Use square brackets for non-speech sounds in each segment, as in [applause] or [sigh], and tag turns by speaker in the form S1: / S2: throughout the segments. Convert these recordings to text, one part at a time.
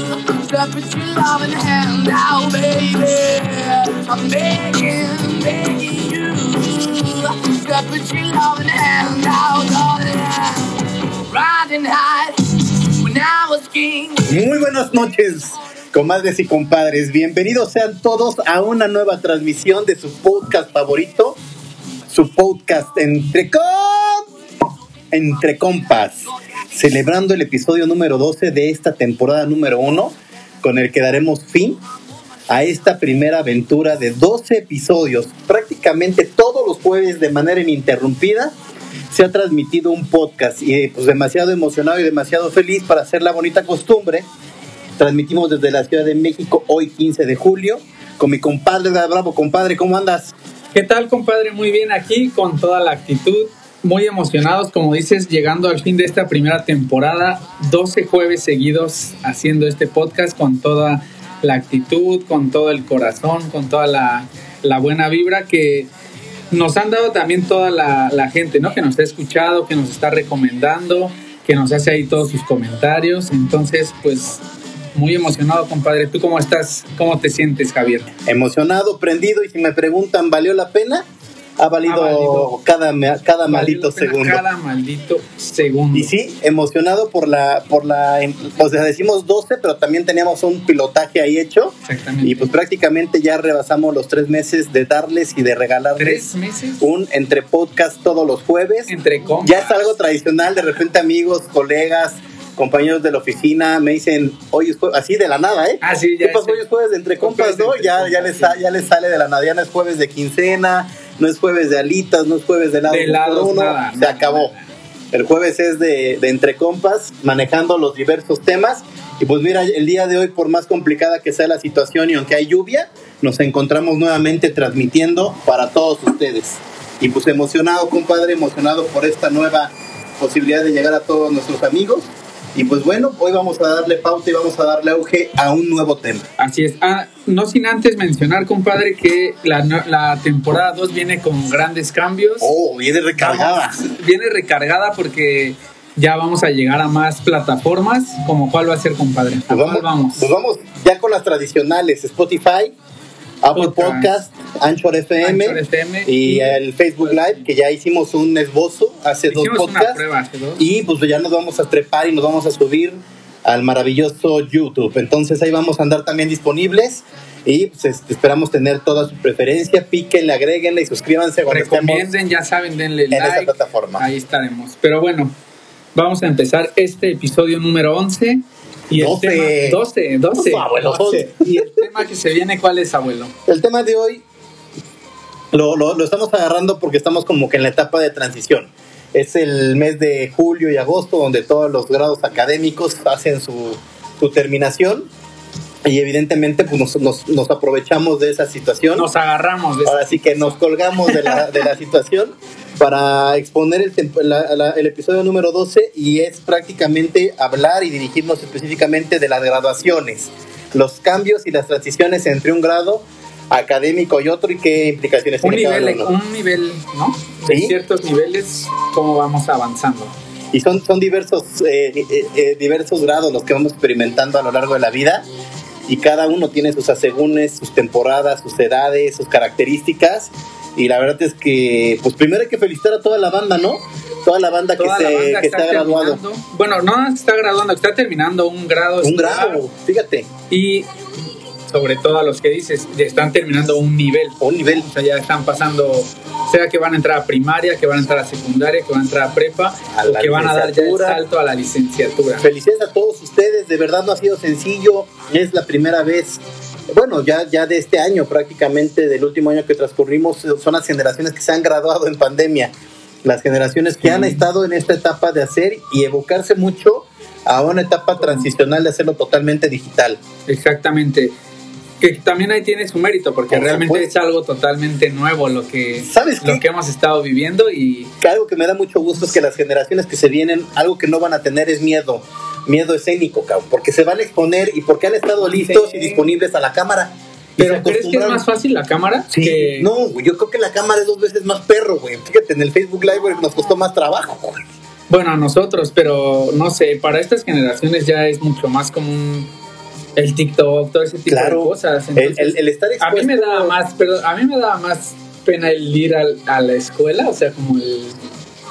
S1: I put your love in hand now, baby. I'm begging, begging you. I put your love in hand now, darling. Riding high when I was king.
S2: Muy buenas noches, comadres y compadres. Bienvenidos sean todos a una nueva transmisión de su podcast favorito, su podcast entre com entre compas, celebrando el episodio número 12 de esta temporada número 1, con el que daremos fin a esta primera aventura de 12 episodios. Prácticamente todos los jueves de manera ininterrumpida se ha transmitido un podcast y eh, pues demasiado emocionado y demasiado feliz para hacer la bonita costumbre. Transmitimos desde la Ciudad de México hoy 15 de julio con mi compadre Dad Bravo. Compadre, ¿cómo andas?
S3: ¿Qué tal, compadre? Muy bien aquí, con toda la actitud. Muy emocionados, como dices, llegando al fin de esta primera temporada. 12 jueves seguidos haciendo este podcast con toda la actitud, con todo el corazón, con toda la, la buena vibra que nos han dado también toda la, la gente, ¿no? Que nos ha escuchado, que nos está recomendando, que nos hace ahí todos sus comentarios. Entonces, pues, muy emocionado, compadre. ¿Tú cómo estás? ¿Cómo te sientes, Javier?
S2: Emocionado, prendido y si me preguntan, ¿valió la pena? Ha valido,
S3: Ha valido.
S2: cada, ma- cada maldito
S3: Valió la pena
S2: segundo.
S3: Cada maldito segundo.
S2: Y sí, emocionado por la, por la, o sea, decimos 12, pero también teníamos un pilotaje ahí hecho.
S3: Exactamente.
S2: Y pues prácticamente ya rebasamos los tres meses de darles y de regalarles
S3: tres meses
S2: un entre podcast todos los jueves.
S3: entre compas.
S2: Ya es algo tradicional, de repente amigos, colegas, compañeros de la oficina me dicen, hoy es jue-", así de la nada, ¿eh?
S3: Ah, sí, ya
S2: ¿Qué pasó?
S3: es el-
S2: Hoy es jueves de entre compas,
S3: Jueves de
S2: ¿no?
S3: entre
S2: Ya,
S3: compas,
S2: ya, les,
S3: sí.
S2: sa- ya les sale de la nada, ya no es jueves de quincena, no es jueves de alitas, no es jueves de lado
S3: De helados, nada,
S2: se
S3: nada,
S2: acabó.
S3: nada.
S2: El jueves es de, de entre compas, manejando los diversos temas. Y pues mira, el día de hoy, por más complicada que sea la situación y aunque hay lluvia, nos encontramos nuevamente transmitiendo para todos ustedes. Y pues emocionado, compadre, emocionado por esta nueva posibilidad de llegar a todos nuestros amigos. Y pues bueno, hoy vamos a darle pauta y vamos a darle auge a un nuevo tema.
S3: Así es. Ah, no sin antes mencionar, compadre, que la, no- la temporada 2 viene con grandes cambios.
S2: Oh, viene recargada.
S3: Viene recargada porque ya vamos a llegar a más plataformas. ¿Como cuál va a ser, compadre? ¿A
S2: Pues vamos,
S3: cuál vamos?
S2: pues vamos ya con las tradicionales, Spotify, Apple Podcast,
S3: Podcast.
S2: Anchor FM,
S3: Anchor FM
S2: y
S3: y- pues,
S2: el Facebook Live, que ya hicimos un esbozo hace dos
S3: Hicimos una
S2: podcasts.
S3: prueba. hace dos.
S2: Y pues ya nos vamos a trepar y nos vamos a subir al maravilloso YouTube. Entonces ahí vamos a andar también disponibles. Y pues, este, esperamos tener toda su preferencia. Píquenle, agréguenle y suscríbanse cuando estemos
S3: Recomienden, ya saben, denle
S2: en esa
S3: like.
S2: plataforma.
S3: Ahí estaremos. Pero bueno, vamos a empezar este episodio número 11. Y el
S2: Doce.
S3: Tema, 12, 12.
S2: Uf, abuelo, doce.
S3: Y el tema que se viene, ¿cuál es, abuelo?
S2: El tema de hoy lo, lo- lo estamos agarrando porque estamos como que en la etapa de transición. Es el mes de julio y agosto donde todos los grados académicos hacen su, su terminación y evidentemente pues, nos, nos- nos aprovechamos de esa situación.
S3: Nos agarramos de
S2: Ahora sí que nos colgamos de la, de la situación para exponer el, tem- la- la- el episodio número 12 y es prácticamente hablar y dirigirnos específicamente de las graduaciones, los cambios y las transiciones entre un grado académico y otro y qué implicaciones
S3: un
S2: tiene cada
S3: este nivel,
S2: uno.
S3: un nivel, ¿no?
S2: Sí.
S3: De ciertos niveles, cómo vamos avanzando.
S2: Y son, son diversos, eh, eh, eh, diversos grados los que vamos experimentando a lo largo de la vida y cada uno tiene sus asegúnes, sus temporadas, sus edades, sus características. Y la verdad es que, pues primero hay que felicitar a toda la banda, ¿no? Toda la banda
S3: Toda
S2: que
S3: la
S2: se,
S3: banda
S2: que
S3: está
S2: se ha graduado.
S3: terminando. pues, Bueno, no se está graduando, está terminando un grado.
S2: Un
S3: escolar
S2: grado, fíjate,
S3: Y sobre todo a los que dices, ya están terminando un nivel.
S2: un nivel.
S3: O sea, ya están pasando, sea que van a entrar a primaria, que van a entrar a secundaria, que van a entrar a prepa,
S2: A
S3: o
S2: la
S3: que van a dar ya el
S2: licenciatura.
S3: salto a la licenciatura.
S2: Felicidades a todos ustedes, de verdad no ha sido sencillo, es la primera vez, bueno, ya, ya de este año prácticamente, del último año que transcurrimos, son las generaciones que se han graduado en pandemia, las generaciones que han estado en esta etapa de hacer y evocarse mucho a una etapa transicional de hacerlo totalmente digital.
S3: Exactamente. Que también ahí tiene su mérito, porque
S2: Por
S3: realmente
S2: supuesto.
S3: es algo totalmente nuevo lo que,
S2: ¿Sabes qué?
S3: lo que hemos estado viviendo y
S2: Que Algo que me da mucho gusto es que las generaciones que se vienen, algo que no van a tener es miedo, miedo escénico, cabrón, porque se van a exponer y porque han estado listos
S3: Sí.
S2: y disponibles a la cámara. Y se
S3: Pero ¿crees que es
S2: acostumbraron.
S3: más fácil la cámara?
S2: Sí.
S3: que-
S2: No, güey, yo creo que la cámara es dos veces más perro, güey. Fíjate, en el Facebook Live güey, nos costó más trabajo, güey.
S3: Bueno, a nosotros, pero no sé, para estas generaciones ya es mucho más común el TikTok, todo ese tipo
S2: Claro.
S3: de cosas.
S2: El,
S3: Entonces,
S2: el- el estar
S3: a
S2: expuesto.
S3: mí me daba más, perdón, a mí me daba más pena el ir al- a la escuela, o sea, como el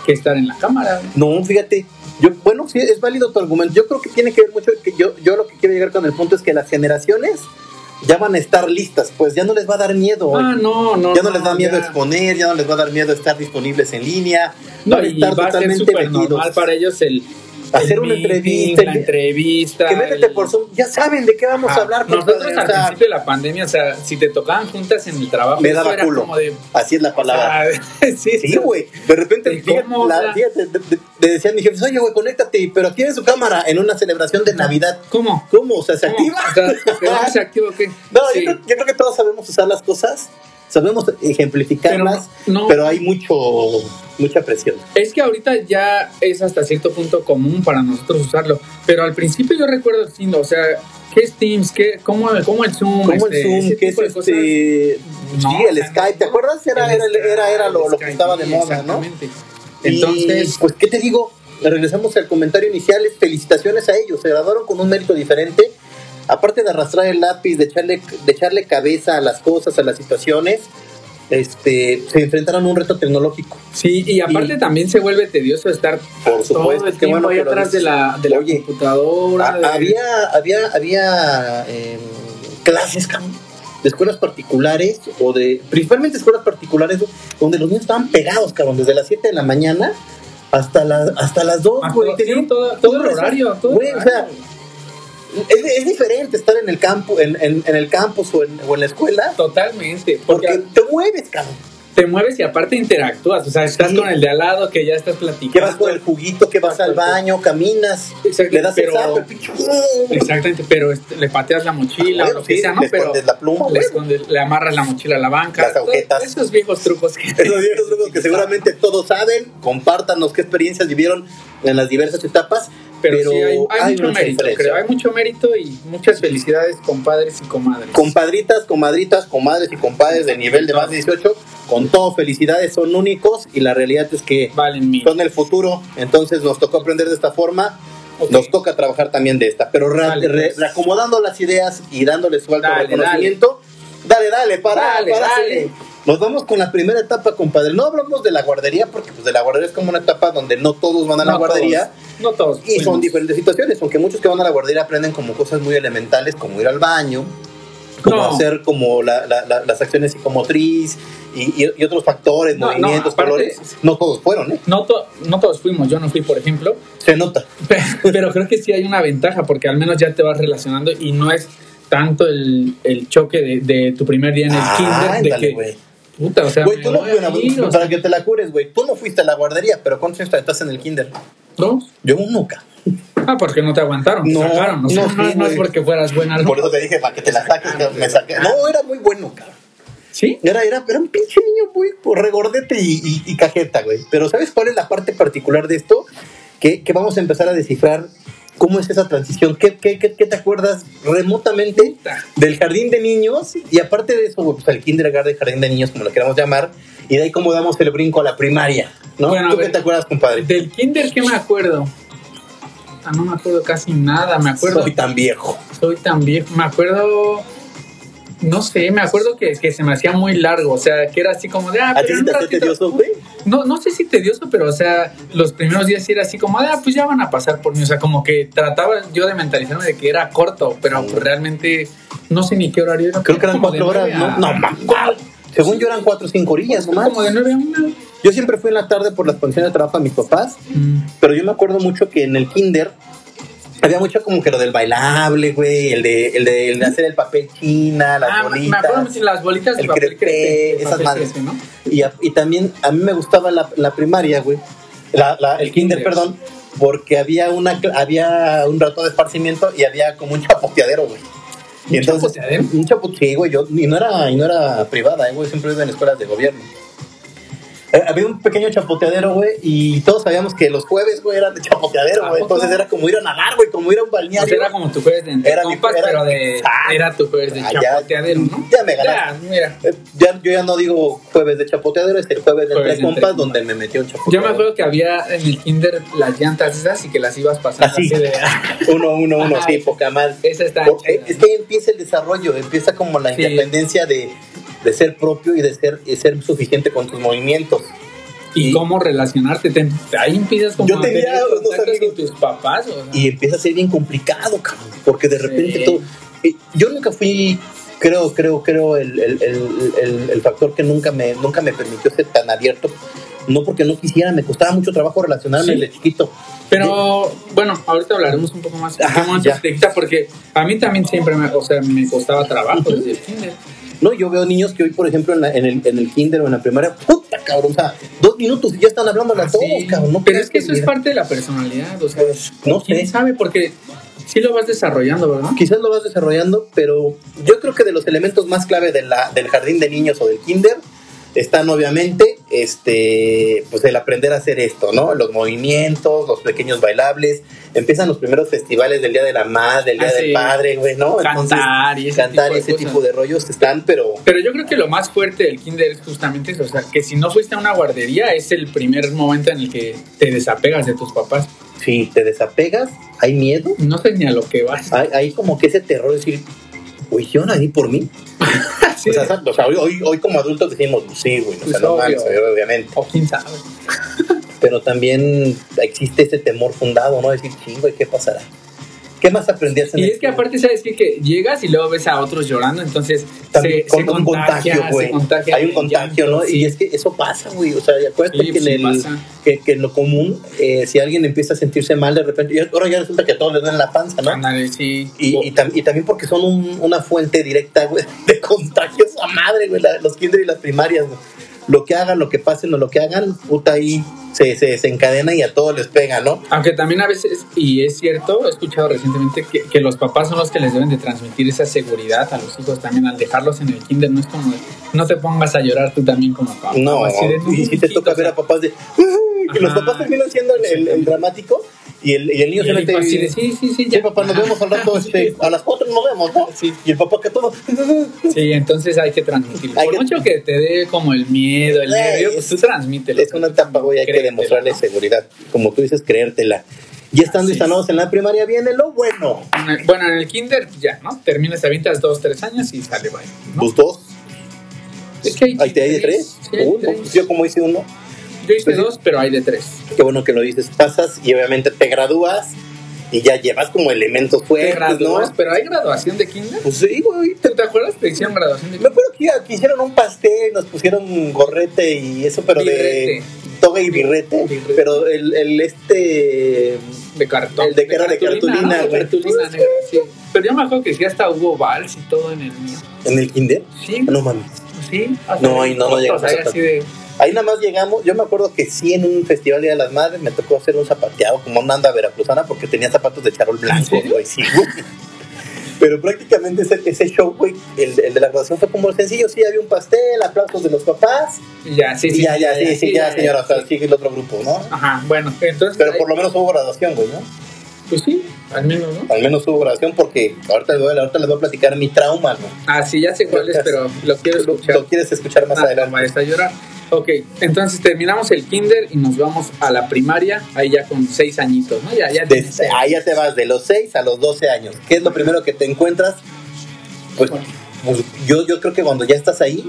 S3: que estar en la cámara.
S2: No, fíjate. Yo, bueno, sí, es válido tu argumento. Yo creo que tiene que ver mucho. Que yo, yo lo que quiero llegar con el punto es que las generaciones ya van a estar listas, pues ya no les va a dar miedo.
S3: Ah, no, no.
S2: ya no les da miedo
S3: ya.
S2: exponer, ya no les va a dar miedo estar disponibles en línea,
S3: No,
S2: van a
S3: y
S2: estar
S3: va a ser
S2: totalmente
S3: súper
S2: metidos.
S3: normal para ellos el
S2: Hacer
S3: el
S2: una
S3: meeting,
S2: entrevista,
S3: la
S2: que-
S3: entrevista.
S2: Que métete
S3: el-
S2: por Zoom, ya saben de qué vamos a
S3: Ah,
S2: hablar.
S3: Nosotros
S2: compadre,
S3: al
S2: o sea,
S3: principio de la pandemia, o sea, si te tocaban juntas en el trabajo,
S2: Me
S3: eso
S2: daba
S3: era
S2: culo.
S3: como de.
S2: así es la palabra.
S3: ah, [laughs] sí,
S2: Sí, güey. De repente,
S3: ¿Y cómo,
S2: fíjate,
S3: o
S2: la-
S3: sea?
S2: fíjate, de- de- le decían mi jefe, oye, güey, conéctate, pero activen su cámara en una celebración de Navidad.
S3: ¿Cómo?
S2: ¿Cómo? O sea, ¿se
S3: ¿Cómo?
S2: activa?
S3: O sea, ¿de dónde se activa o qué?
S2: No, yo,
S3: Sí.
S2: creo, yo creo que todos sabemos usar las cosas, sabemos ejemplificarlas, pero,
S3: Pero no-
S2: hay mucho mucha presión.
S3: Es que ahorita ya es hasta cierto punto común para nosotros usarlo, pero al principio yo recuerdo el Teams, o sea, ¿qué es Teams? ¿Qué, cómo, cómo el Zoom?
S2: Como
S3: este,
S2: el Zoom,
S3: ese
S2: que es
S3: tipo de cosas?
S2: este...
S3: No,
S2: sí,
S3: o
S2: el
S3: sea,
S2: Skype, ¿te
S3: no.
S2: acuerdas? Era,
S3: El
S2: era, era, era lo,
S3: Este, Skype,
S2: lo que estaba de
S3: sí,
S2: moda, ¿no?
S3: exactamente.
S2: Y,
S3: Entonces,
S2: pues, ¿qué te digo? Regresamos al comentario inicial. es Felicitaciones a ellos. Se graduaron con un mérito diferente. Aparte de arrastrar el lápiz, de echarle, de echarle cabeza a las cosas, a las situaciones, este, se enfrentaron a un reto tecnológico.
S3: sí, y aparte
S2: y-
S3: también se vuelve tedioso estar
S2: Por supuesto,
S3: todo el
S2: qué
S3: tiempo
S2: bueno
S3: ahí
S2: que lo
S3: atrás de
S2: dices.
S3: la, de la
S2: Oye,
S3: computadora.
S2: Ha-
S3: de-
S2: Ah, había había, había em, clases cabrón, de escuelas particulares o de principalmente escuelas particulares donde los niños estaban pegados, cabrón, desde las 7 de la mañana hasta, las hasta las 2,
S3: Hasta-
S2: güey.
S3: sí,
S2: tenían
S3: Ah, todo- todo el
S2: receso.
S3: horario, todo el
S2: Güey, o sea,
S3: horario.
S2: es, es diferente estar en el campo, en, en- en el campus o en, o en la escuela,
S3: Totalmente, porque,
S2: porque te mueves, cabrón.
S3: te mueves y aparte interactúas, o sea, estás
S2: Sí.
S3: con el de al lado que ya estás platicando.
S2: Que vas con el juguito, que vas al baño, caminas,
S3: Exacto,
S2: le das
S3: pero-
S2: el zape, pinche-
S3: Exactamente, pero este, le pateas la mochila
S2: Ah,
S3: o lo que
S2: sí,
S3: sea, ¿no?
S2: le
S3: Pero
S2: escondes la pluma,
S3: le,
S2: güey.
S3: escondes- le amarras la mochila a la banca.
S2: Las
S3: Todo-
S2: agujetas.
S3: Esos viejos trucos que... [laughs]
S2: Esos viejos trucos que seguramente todos saben, compártanos qué experiencias vivieron en las diversas etapas,
S3: Pero, sí, hay, hay mucho
S2: una
S3: mérito,
S2: diferencia.
S3: creo. Hay mucho mérito y muchas felicidades, compadres y comadres.
S2: Compadritas, comadritas, comadres y compadres de nivel de más de 18, con todo felicidades, son únicos y la realidad es que
S3: Valen mil.
S2: son el futuro, entonces nos tocó aprender de esta forma,
S3: Ok.
S2: nos toca trabajar también de esta, pero ra-
S3: Dale,
S2: re-
S3: pues.
S2: reacomodando las ideas y dándole su alto
S3: Dale,
S2: reconocimiento. Dale, dale, para,
S3: Dale,
S2: para,
S3: dale.
S2: sí. Nos vamos con la primera etapa, compadre. No hablamos de la guardería, porque pues, de la guardería es como una etapa donde no todos van a la
S3: No
S2: guardería.
S3: todos, no todos.
S2: Y son
S3: fuimos.
S2: diferentes situaciones, aunque muchos que van a la guardería aprenden como cosas muy elementales, como ir al baño, como
S3: No.
S2: hacer como la- la- la- las acciones psicomotriz y, y- y otros factores,
S3: No,
S2: movimientos,
S3: no, aparte-
S2: colores. No todos fueron, ¿eh?
S3: No, to- no todos fuimos, yo no fui, por ejemplo. [laughs]
S2: Se nota.
S3: Pero, pero creo que sí hay una ventaja porque al menos ya te vas relacionando y no es tanto el, el choque de, de tu primer día en el kinder de
S2: Ah, ándale,
S3: que,
S2: güey.
S3: puta, o sea,
S2: Güey,
S3: me
S2: tú no
S3: voy
S2: fuiste
S3: a ir, o
S2: para que te la cures, güey. Tú no fuiste a la guardería, pero ¿cuántos años estás en el kinder?
S3: sea, ¿no?
S2: Yo nunca.
S3: Ah, porque no te aguantaron, te
S2: No,
S3: sacaron, o sea,
S2: no,
S3: no,
S2: sí,
S3: no es
S2: güey.
S3: porque fueras buena alumna.
S2: Ah, Por eso te dije, para que te la saques, que me saqué. No, era muy bueno, cabrón.
S3: ¿Sí?
S2: Era, era, era un pinche niño muy regordete y, y- y cajeta, güey. Pero ¿sabes cuál es la parte particular de esto? Que, que vamos a empezar a descifrar cómo es esa transición. ¿Qué, qué, qué, qué te acuerdas remotamente
S3: Puta.
S2: del jardín de niños? Y aparte de eso, güey, pues el kindergarten, jardín de niños, como lo queramos llamar. Y de ahí cómo damos el brinco a la primaria, ¿no?
S3: Bueno, a
S2: ¿Tú
S3: ver.
S2: qué te acuerdas, compadre?
S3: Del kinder, ¿qué me acuerdo? Ah, no me acuerdo casi nada, me acuerdo...
S2: Soy tan viejo.
S3: Soy tan viejo. Me acuerdo. No sé, me acuerdo que, que se me hacía muy largo. O sea, que era así como de. Ah,
S2: ¿A ti
S3: pero
S2: sí
S3: en
S2: te
S3: un
S2: hace
S3: ratito-
S2: tedioso, güey?
S3: No, no sé si tedioso, pero o sea, los primeros días sí era así como de. Ah, pues ya van a pasar por mí. O sea, como que trataba yo de mentalizarme de que era corto, pero pues, realmente no sé ni qué horario era.
S2: Creo que eran
S3: Como de
S2: cuatro horas,
S3: nueve
S2: ¿no?
S3: a-
S2: No, mames. Según yo eran cuatro o cinco orillas, nomás.
S3: Como de nueve a una.
S2: Yo siempre fui en la tarde por las condiciones de trabajo a mis papás.
S3: Mm.
S2: Pero yo me acuerdo mucho que en el kinder había mucho como que lo del bailable, güey, el de, el de, el de hacer el papel china, las
S3: Ah, me- me
S2: bolitas.
S3: acuerdo si las bolitas de
S2: el
S3: papel
S2: crepe,
S3: crepe, el
S2: esas
S3: papel
S2: madres.
S3: crepe, ¿no?
S2: Y, a- y también a mí me gustaba la, la primaria, güey. La- la- el kinder,
S3: Kinder.
S2: perdón. Porque había una cl- había un rato de esparcimiento y había como un chapoteadero, güey. Y
S3: ¿Un
S2: entonces-
S3: chapoteadero?
S2: Un chapoteadero, güey. Yo, y, no era, y no era privada, eh, güey. Siempre iba en escuelas de gobierno. eh, había un pequeño chapoteadero, güey, y todos sabíamos que los jueves, güey, eran de chapoteadero,
S3: ¿A
S2: güey.
S3: poco?
S2: Entonces era como ir a nadar, güey, como ir a un
S3: O sea,
S2: balneario.
S3: Pues era como tu jueves de entre
S2: Era mi-
S3: compas,
S2: era-
S3: pero de.
S2: Ah.
S3: Era tu jueves de
S2: Ah, ya.
S3: chapoteadero, ¿no?
S2: Ya me ganaste.
S3: Ya, mira.
S2: Eh, ya, yo ya no digo jueves de chapoteadero, es el jueves de tres
S3: Jueves de entre
S2: compas
S3: compas.
S2: donde me metió un
S3: Yo me
S2: chapoteadero.
S3: acuerdo que había en el kinder las llantas esas y que las ibas pasando
S2: Así.
S3: así, de...
S2: Uno, uno, uno,
S3: Ajá.
S2: sí, poca mal.
S3: Esa está chida.
S2: Es que ahí empieza el desarrollo, empieza como la
S3: Sí.
S2: independencia de, de ser propio y de ser, y ser suficiente con tus movimientos.
S3: Y cómo relacionarte. te- ahí empiezas como
S2: Yo
S3: a
S2: tenía
S3: tener
S2: unos
S3: contacto
S2: amigos-
S3: con tus papás. o sea.
S2: y empieza a ser bien complicado, cabrón, porque de
S3: Sí.
S2: repente todo... eh, Yo nunca fui, creo, creo, creo, el, el- el- el- el factor que nunca me, nunca me permitió ser tan abierto. No porque no quisiera, me costaba mucho trabajo relacionarme
S3: Sí.
S2: de chiquito.
S3: Pero bueno, ahorita hablaremos un poco más.
S2: Ajá,
S3: más
S2: ya.
S3: estricta, porque a mí también siempre me, o sea, me costaba trabajo desde el kinder.
S2: No, yo veo niños que hoy, por ejemplo, en, la- en el, en el kinder o en la primaria, puta cabrón, o sea, dos minutos y ya están hablando a todos,
S3: Así.
S2: cabrón. No
S3: Ah, Pero
S2: creas
S3: es que eso es
S2: mira,
S3: parte de la personalidad. O sea,
S2: pues, no
S3: quién
S2: sé.
S3: sabe, porque sí lo vas desarrollando, ¿verdad?
S2: Quizás lo vas desarrollando, pero yo creo que de los elementos más clave de la, del jardín de niños o del kinder están obviamente este pues el aprender a hacer esto, ¿no? Los movimientos, los pequeños bailables, empiezan los primeros festivales del Día de la Madre, del Día
S3: Ah,
S2: del
S3: sí.
S2: Padre, güey, ¿no?
S3: Cantar y ese
S2: cantar
S3: tipo
S2: y
S3: de
S2: ese
S3: cosas.
S2: tipo de rollos están, pero
S3: Pero yo creo que lo más fuerte del kinder es justamente eso, o sea, que si no fuiste a una guardería es el primer momento en el que te desapegas de tus papás.
S2: si te desapegas, hay miedo,
S3: No sé ni a lo
S2: [laughs]
S3: que vas.
S2: hay, hay como que ese terror de decir, güey, ¿qué van a venir por mí?
S3: Sí.
S2: O sea, o sea, hoy, hoy, hoy como adultos decimos, sí, güey, o sea,
S3: Pues
S2: no
S3: obvio.
S2: mames, obviamente.
S3: o quién sabe.
S2: pero también existe ese temor fundado, ¿no? Decir, chingo, ¿y qué pasará? ¿Qué más aprendías en
S3: Y
S2: el-
S3: es que aparte, ¿sabes qué? Que llegas y luego ves a otros llorando, entonces
S2: También
S3: se,
S2: con
S3: se
S2: un
S3: contagia,
S2: contagio, güey.
S3: se contagia.
S2: Hay un
S3: el
S2: contagio, ¿no?
S3: llanto, sí.
S2: Y es que eso pasa, güey. O sea, y acuérdate
S3: Sí,
S2: que,
S3: sí
S2: en el-
S3: pasa.
S2: que, que en lo común, eh, si alguien empieza a sentirse mal de repente, y ahora ya resulta que a todos les dan la panza, ¿no?
S3: Ándale, sí.
S2: Y, y, tam- y también porque son un- una fuente directa, güey, [laughs] de contagios a madre, güey, la- los kinder y las primarias, güey. Lo que hagan, lo que pasen o lo que hagan, puta, ahí se, se, se encadena y a todos les pega, ¿no?
S3: Aunque también a veces, y es cierto, he escuchado recientemente que, que los papás son los que les deben de transmitir esa seguridad a los hijos también al dejarlos en el kinder. No es como, de, no te pongas a llorar tú también como papá.
S2: No,
S3: o así de,
S2: y si te
S3: mijito,
S2: toca
S3: o sea,
S2: ver a papás de. "Uy", Que los
S3: Ajá.
S2: papás terminan siendo el, el- el dramático y el, y el
S3: y
S2: niño
S3: el hijo
S2: solamente.
S3: así de, sí, sí, sí,
S2: Sí,
S3: ya.
S2: papá, nos vemos al rato.
S3: [laughs] Sí.
S2: Este, a las 4 nos vemos, ¿no?
S3: Sí.
S2: Y el papá que
S3: [laughs]
S2: todo.
S3: Sí, entonces hay que transmitirlo.
S2: Hay
S3: Por
S2: que-
S3: mucho que te dé como el miedo, el
S2: Güey,
S3: nervio, pues
S2: es-
S3: tú transmítelo.
S2: Es una etapa, güey, hay que
S3: Créetelo,
S2: demostrarle
S3: ¿no?
S2: seguridad. Como tú dices, creértela. Y estando
S3: Así
S2: instalados en la primaria, viene lo bueno.
S3: En el- Bueno, en el kinder pues ya, ¿no? Terminas, te avientas dos, tres años y sale bye. ¿no?
S2: Pues dos.
S3: Es que hay,
S2: Ahí te hay de tres.
S3: sí, hay
S2: Uy,
S3: tres.
S2: pues Yo como hice uno.
S3: Yo hice
S2: pues sí.
S3: dos, pero hay de tres.
S2: Qué bueno que lo dices. Pasas y obviamente te gradúas y ya llevas como elementos
S3: Te
S2: fuertes, ¿no?
S3: gradúas, pero hay graduación de kinder.
S2: Pues sí, güey.
S3: ¿Te, te acuerdas? Te hicieron graduación de
S2: Me acuerdo que, que hicieron un pastel, nos pusieron gorrete y eso, pero de
S3: Birrete.
S2: toga y birrete,
S3: Birrete.
S2: pero el, el este
S3: de cartón.
S2: El de que era de cartulina,
S3: ¿no? De
S2: güey.
S3: cartulina negra, sí. Pero yo me acuerdo que sí hasta hubo vals y todo en el mío.
S2: en el kinder,
S3: Sí,
S2: no mames.
S3: sí. hasta
S2: No, ahí no, no
S3: fotos
S2: llegamos
S3: ahí
S2: a tanto.
S3: así de...
S2: Ahí nada más llegamos, yo me acuerdo que sí en un festival Día de las Madres me tocó hacer un zapateado como una anda veracruzana porque tenía zapatos de charol blanco,
S3: ¿En serio?
S2: güey, sí, güey. Pero prácticamente ese, ese show, güey, el, el de la graduación fue como sencillo, sí, había un pastel, aplausos de los papás,
S3: Y ya, sí, sí.
S2: y ya, ya, sí, sí, ya, señora, o sea,
S3: sí. Ah,
S2: sigue el otro grupo, ¿no?
S3: Ajá, bueno, entonces...
S2: Pero por lo menos hubo graduación, güey, ¿no?
S3: Pues sí, al menos, ¿no?
S2: Al menos hubo grabación porque ahorita les, voy, ahorita les voy a platicar mi trauma, ¿no?
S3: Ah, sí, ya sé cuál es, pero lo quiero
S2: Lo,
S3: escuchar.
S2: lo quieres escuchar más
S3: Ah,
S2: adelante.
S3: maestra llorar. Ok, entonces terminamos el kinder y nos vamos a la primaria, ahí ya con seis añitos, ¿no? Ya, ya tienes-
S2: Desde- ahí ya te vas de los 6 a los 12 años. ¿Qué es lo primero que te encuentras? Pues, pues, yo, yo creo que cuando ya estás ahí,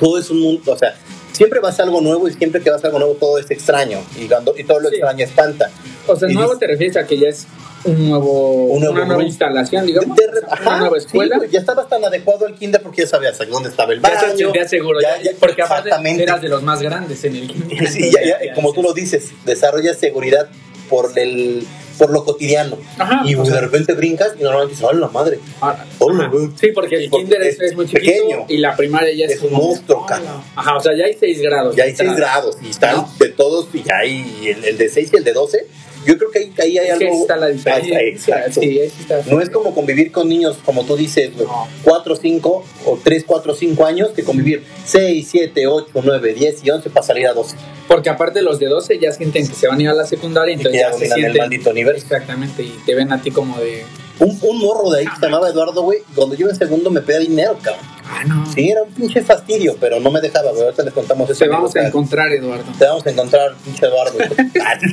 S2: todo es un mundo, o sea, siempre vas a algo nuevo y siempre que vas a algo nuevo todo es extraño y, cuando- y todo lo
S3: Sí.
S2: extraño espanta.
S3: O sea,
S2: Y
S3: nuevo
S2: dices-
S3: te refieres a que ya es un nuevo,
S2: Un nuevo
S3: una nueva
S2: grupo.
S3: instalación,
S2: De-
S3: digamos,
S2: de-
S3: o sea,
S2: ajá,
S3: una nueva
S2: sí,
S3: escuela.
S2: güey, ya estabas tan adecuado al kinder porque ya sabías dónde estaba el
S3: ya se
S2: baño.
S3: te aseguró,
S2: ya- ya-
S3: porque aparte
S2: exactamente.
S3: eras de los más grandes en el kinder.
S2: [laughs] Sí, ya- ya,
S3: [laughs]
S2: como tú lo dices, desarrollas seguridad por el por lo cotidiano.
S3: Ajá,
S2: y
S3: o
S2: de
S3: sea.
S2: repente brincas y normalmente dices, ¡ay, la madre!
S3: Ahora,
S2: Hola,
S3: Ah, ajá.
S2: güey.
S3: Sí, porque el
S2: Porque
S3: kinder es,
S2: es
S3: es muy chiquito
S2: pequeño.
S3: y la primaria ya es,
S2: Es un
S3: como-
S2: monstruo, cara.
S3: Ajá, o sea, ya hay seis grados.
S2: Ya hay 6
S3: Entrada.
S2: grados y están
S3: ¿No?
S2: de todos, y ya hay el, el de 6 y el de 12 Yo creo que ahí, ahí hay
S3: Es que
S2: algo.
S3: ahí está la
S2: Ah,
S3: diferencia.
S2: exacto.
S3: Sí, ahí está.
S2: No es como convivir con niños, como tú dices, güey,
S3: No.
S2: 4, 5 o 3, 4, 5 años, que convivir 6, 7, 8, 9, 10 y 11 para salir a 12.
S3: Porque aparte los de 12 ya sienten que se van a ir a la secundaria,
S2: Y que
S3: entonces
S2: ya
S3: ya se
S2: dominan el
S3: sienten...
S2: maldito universo.
S3: Exactamente, y te ven a ti como de...
S2: Un, un morro de ahí que se llamaba Eduardo, güey, cuando yo en segundo me pedía dinero, cabrón.
S3: Ah, no.
S2: Sí, era un pinche fastidio, pero no me dejaba, güey. Ahorita les contamos eso.
S3: Te vamos a encontrar, Eduardo.
S2: Te vamos a encontrar, pinche Eduardo. [laughs]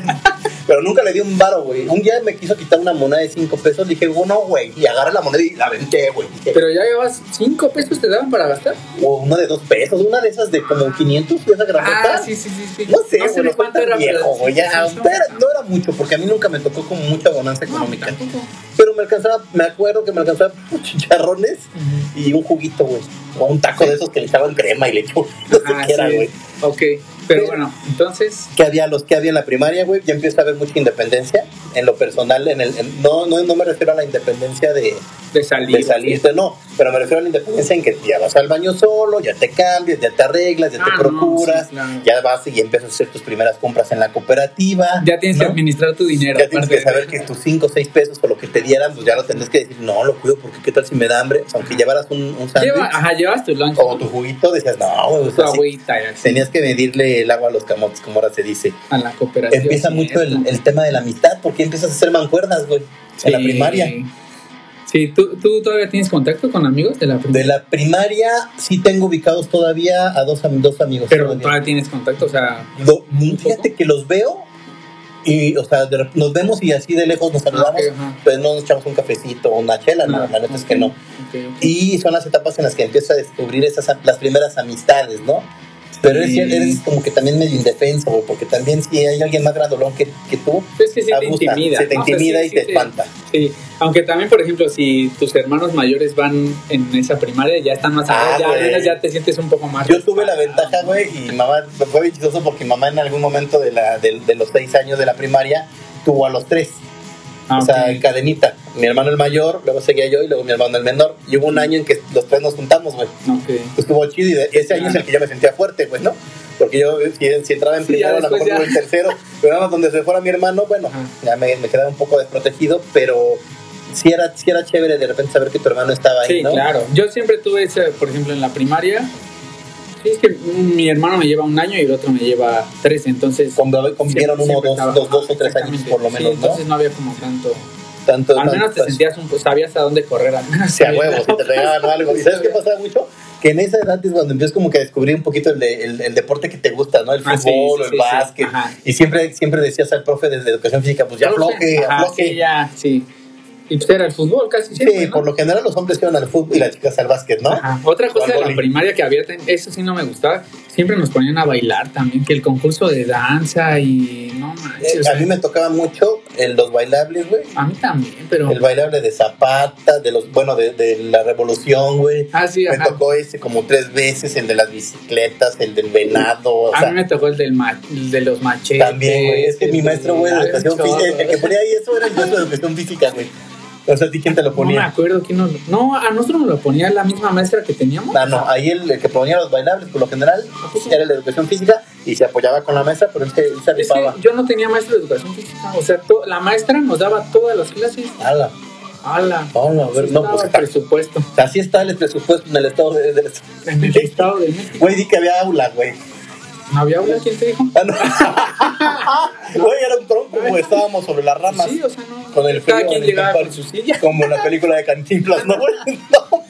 S2: Pero nunca le di un varo, güey. Un día me quiso quitar una moneda de 5 pesos. Dije, bueno, güey. Y agarré la moneda y la aventé, güey. Dije,
S3: Pero ya llevas 5 pesos te daban para gastar.
S2: O una de 2 pesos. Una de esas de como 500, esa grandota.
S3: Ah, sí, sí, sí, sí.
S2: No sé,
S3: no sé
S2: güey,
S3: de cuánto
S2: fue
S3: era,
S2: tan viejo, güey, ya,
S3: pero... sí, sí,
S2: pero
S3: no,
S2: no era mucho, porque a mí nunca me tocó como mucha bonanza
S3: no,
S2: económica.
S3: tampoco.
S2: Pero me alcanzaba, me acuerdo que me alcanzaba [laughs] chicharrones
S3: Ujú.
S2: y un juguito, güey. O un taco de esos que le echaban crema y le echaban lo que
S3: Ah,
S2: quiera,
S3: sí.
S2: güey.
S3: Ok, pero bueno, entonces...
S2: que había los que había en la primaria, güey, ya empieza a haber mucha independencia en lo personal, en el en- no, no no me refiero a la independencia de,
S3: De salir.
S2: de salirte, no, pero me refiero a la independencia en que ya vas al baño solo, ya te cambias, ya te arreglas, ya
S3: Ah,
S2: te
S3: no,
S2: procuras,
S3: sí, claro.
S2: ya vas y empiezas a hacer tus primeras compras en la cooperativa.
S3: Ya tienes que
S2: ¿no?
S3: administrar tu dinero.
S2: Ya tienes
S3: aparte
S2: que
S3: de-
S2: saber que tus 5 o 6 pesos por lo que te dieran, pues ya lo tendrás que decir, no, lo cuido porque qué tal si me da hambre, O sea, aunque llevaras un, un sándwich
S3: Lleva, ajá, llevas tu lunch.
S2: o tu juguito, decías, no, güey, o
S3: tu
S2: sea, sí,
S3: agüita y así,
S2: tenías que medirle el agua a los camotes, como ahora se dice.
S3: a la cooperación.
S2: empieza
S3: sí,
S2: mucho el,
S3: esto.
S2: el tema de la amistad, porque empiezas a hacer mancuernas, güey, en la
S3: Sí.
S2: primaria.
S3: Sí, ¿tú, ¿tú todavía tienes contacto con amigos de la
S2: De
S3: primaria?
S2: la primaria sí tengo ubicados todavía a dos, am- dos amigos.
S3: Pero
S2: todavía.
S3: todavía tienes contacto, o sea...
S2: Do- fíjate que los veo y, o sea, de rep- nos vemos y así de lejos nos saludamos,
S3: Ah, ok, ajá.
S2: pero no nos echamos un cafecito o una chela, no,
S3: Ah,
S2: la neta es que
S3: ok,
S2: no.
S3: ok, ok.
S2: Y son las etapas en las que empiezas a descubrir esas, am- las primeras amistades, ¿no? Pero eres,
S3: Sí.
S2: eres como que también medio indefenso, güey, porque también si hay alguien más grandolón que, que tú,
S3: Es que sí te
S2: abusa,
S3: intimida.
S2: se te
S3: ¿no? O sea,
S2: intimida
S3: sí-
S2: y
S3: sí
S2: te espanta.
S3: Sí, aunque también, por ejemplo, si tus hermanos mayores van en esa primaria, ya están más
S2: Ah,
S3: allá, ya,
S2: güey.
S3: al menos ya te sientes un poco más...
S2: Yo tuve la
S3: respaldado.
S2: ventaja, güey, y mamá fue bien chistoso porque mamá en algún momento de, la, de, de los seis años de la primaria tuvo a los tres,
S3: Ah,
S2: o sea,
S3: ok.
S2: en cadenita. Mi hermano el mayor, luego seguía yo y luego mi hermano el menor. Y hubo un año en que los tres nos juntamos, güey.
S3: Ok.
S2: Pues estuvo chido y de- y ese año es el que yo me sentía fuerte, pues, ¿no? Porque yo, si, si entraba en
S3: Sí,
S2: primero,
S3: ya
S2: a lo
S3: después
S2: mejor iba
S3: ya.
S2: en tercero, pero nada más donde se fuera mi hermano, bueno,
S3: Ajá.
S2: ya me, me quedaba un poco desprotegido, pero sí era, sí era chévere de repente saber que tu hermano estaba ahí,
S3: Sí,
S2: ¿no?
S3: claro. Yo siempre tuve ese, por ejemplo, en la primaria. Sí, es que mi hermano me lleva un año y el otro me lleva tres, entonces.
S2: Cuando convivieron
S3: siempre-
S2: uno o
S3: siempre
S2: dos,
S3: estaba-
S2: dos, dos o tres
S3: Exactamente.
S2: años por lo
S3: Sí,
S2: menos, ¿no?
S3: Entonces no había como tanto.
S2: Tanto,
S3: Al menos te
S2: tanto-
S3: sentías un. Sabías a dónde correr, al menos.
S2: Sí, a
S3: sabías-
S2: huevo, si te pegaban o algo. ¿Y sabes qué
S3: Sí,
S2: pasaba mucho? Que en esa edad es cuando empiezas como que a descubrir un poquito el, de- el- el deporte que te gusta, ¿no? El fútbol,
S3: [laughs] Ah, sí, sí,
S2: el
S3: sí, sí.
S2: básquet.
S3: Ajá.
S2: Y siempre, siempre decías al profe desde educación física, pues ya afloje,
S3: Ajá,
S2: afloje.
S3: Sí, ya, sí. Y pues era el fútbol casi
S2: Sí,
S3: siempre. ¿no?
S2: por lo general los hombres iban al fútbol y las chicas al básquet, ¿no?
S3: Ajá. Otra cosa de la
S2: Boli.
S3: primaria que había, ten- eso sí no me gustaba, siempre nos ponían a bailar también, que el concurso de danza y no manches.
S2: Eh,
S3: o sea,
S2: a mí me tocaba mucho el- los bailables, güey.
S3: también, pero...
S2: El bailable de Zapata, de los, bueno, de, de la revolución, güey.
S3: Ah, sí,
S2: Me
S3: ajá.
S2: tocó ese como tres veces, el de las bicicletas, el del venado. O
S3: a
S2: sea,
S3: mí me tocó el, del ma- el de los machetes.
S2: También, güey. Es que mi
S3: el
S2: maestro,
S3: de-
S2: güey, de
S3: Ay,
S2: educación
S3: chorro.
S2: física, el que ponía ahí eso era el maestro de educación física, güey. O sea, ¿a ti quién te lo
S3: No me
S2: [laughs] ponía?
S3: acuerdo quién nos... No, a nosotros nos lo ponía la misma maestra que teníamos.
S2: Ah, no, ahí el, el que ponía los bailables, por lo general, era el de educación física y se apoyaba con la maestra, pero él se, él se
S3: Es que
S2: rifaba.
S3: yo no tenía maestro de educación física, o sea, to- la maestra nos daba todas las clases.
S2: Ala,
S3: ¡Hala!
S2: ala, a ver,
S3: Sí
S2: no,
S3: estaba
S2: pues
S3: el
S2: está-
S3: presupuesto
S2: Así está el presupuesto en el estado de, del-
S3: en el Estado de México.
S2: Güey, di que había aula, güey.
S3: ¿No había aula? ¿Quién te dijo?
S2: Ah,
S3: [laughs]
S2: no. [laughs] Güey, era un tronco, güey, estábamos sobre las ramas.
S3: Sí, o sea, no.
S2: Con el
S3: Cada
S2: frío en
S3: quien
S2: el
S3: llegaba
S2: campal.
S3: con su silla.
S2: Como en la película de Cantinflas, ¿no, [laughs] güey? No.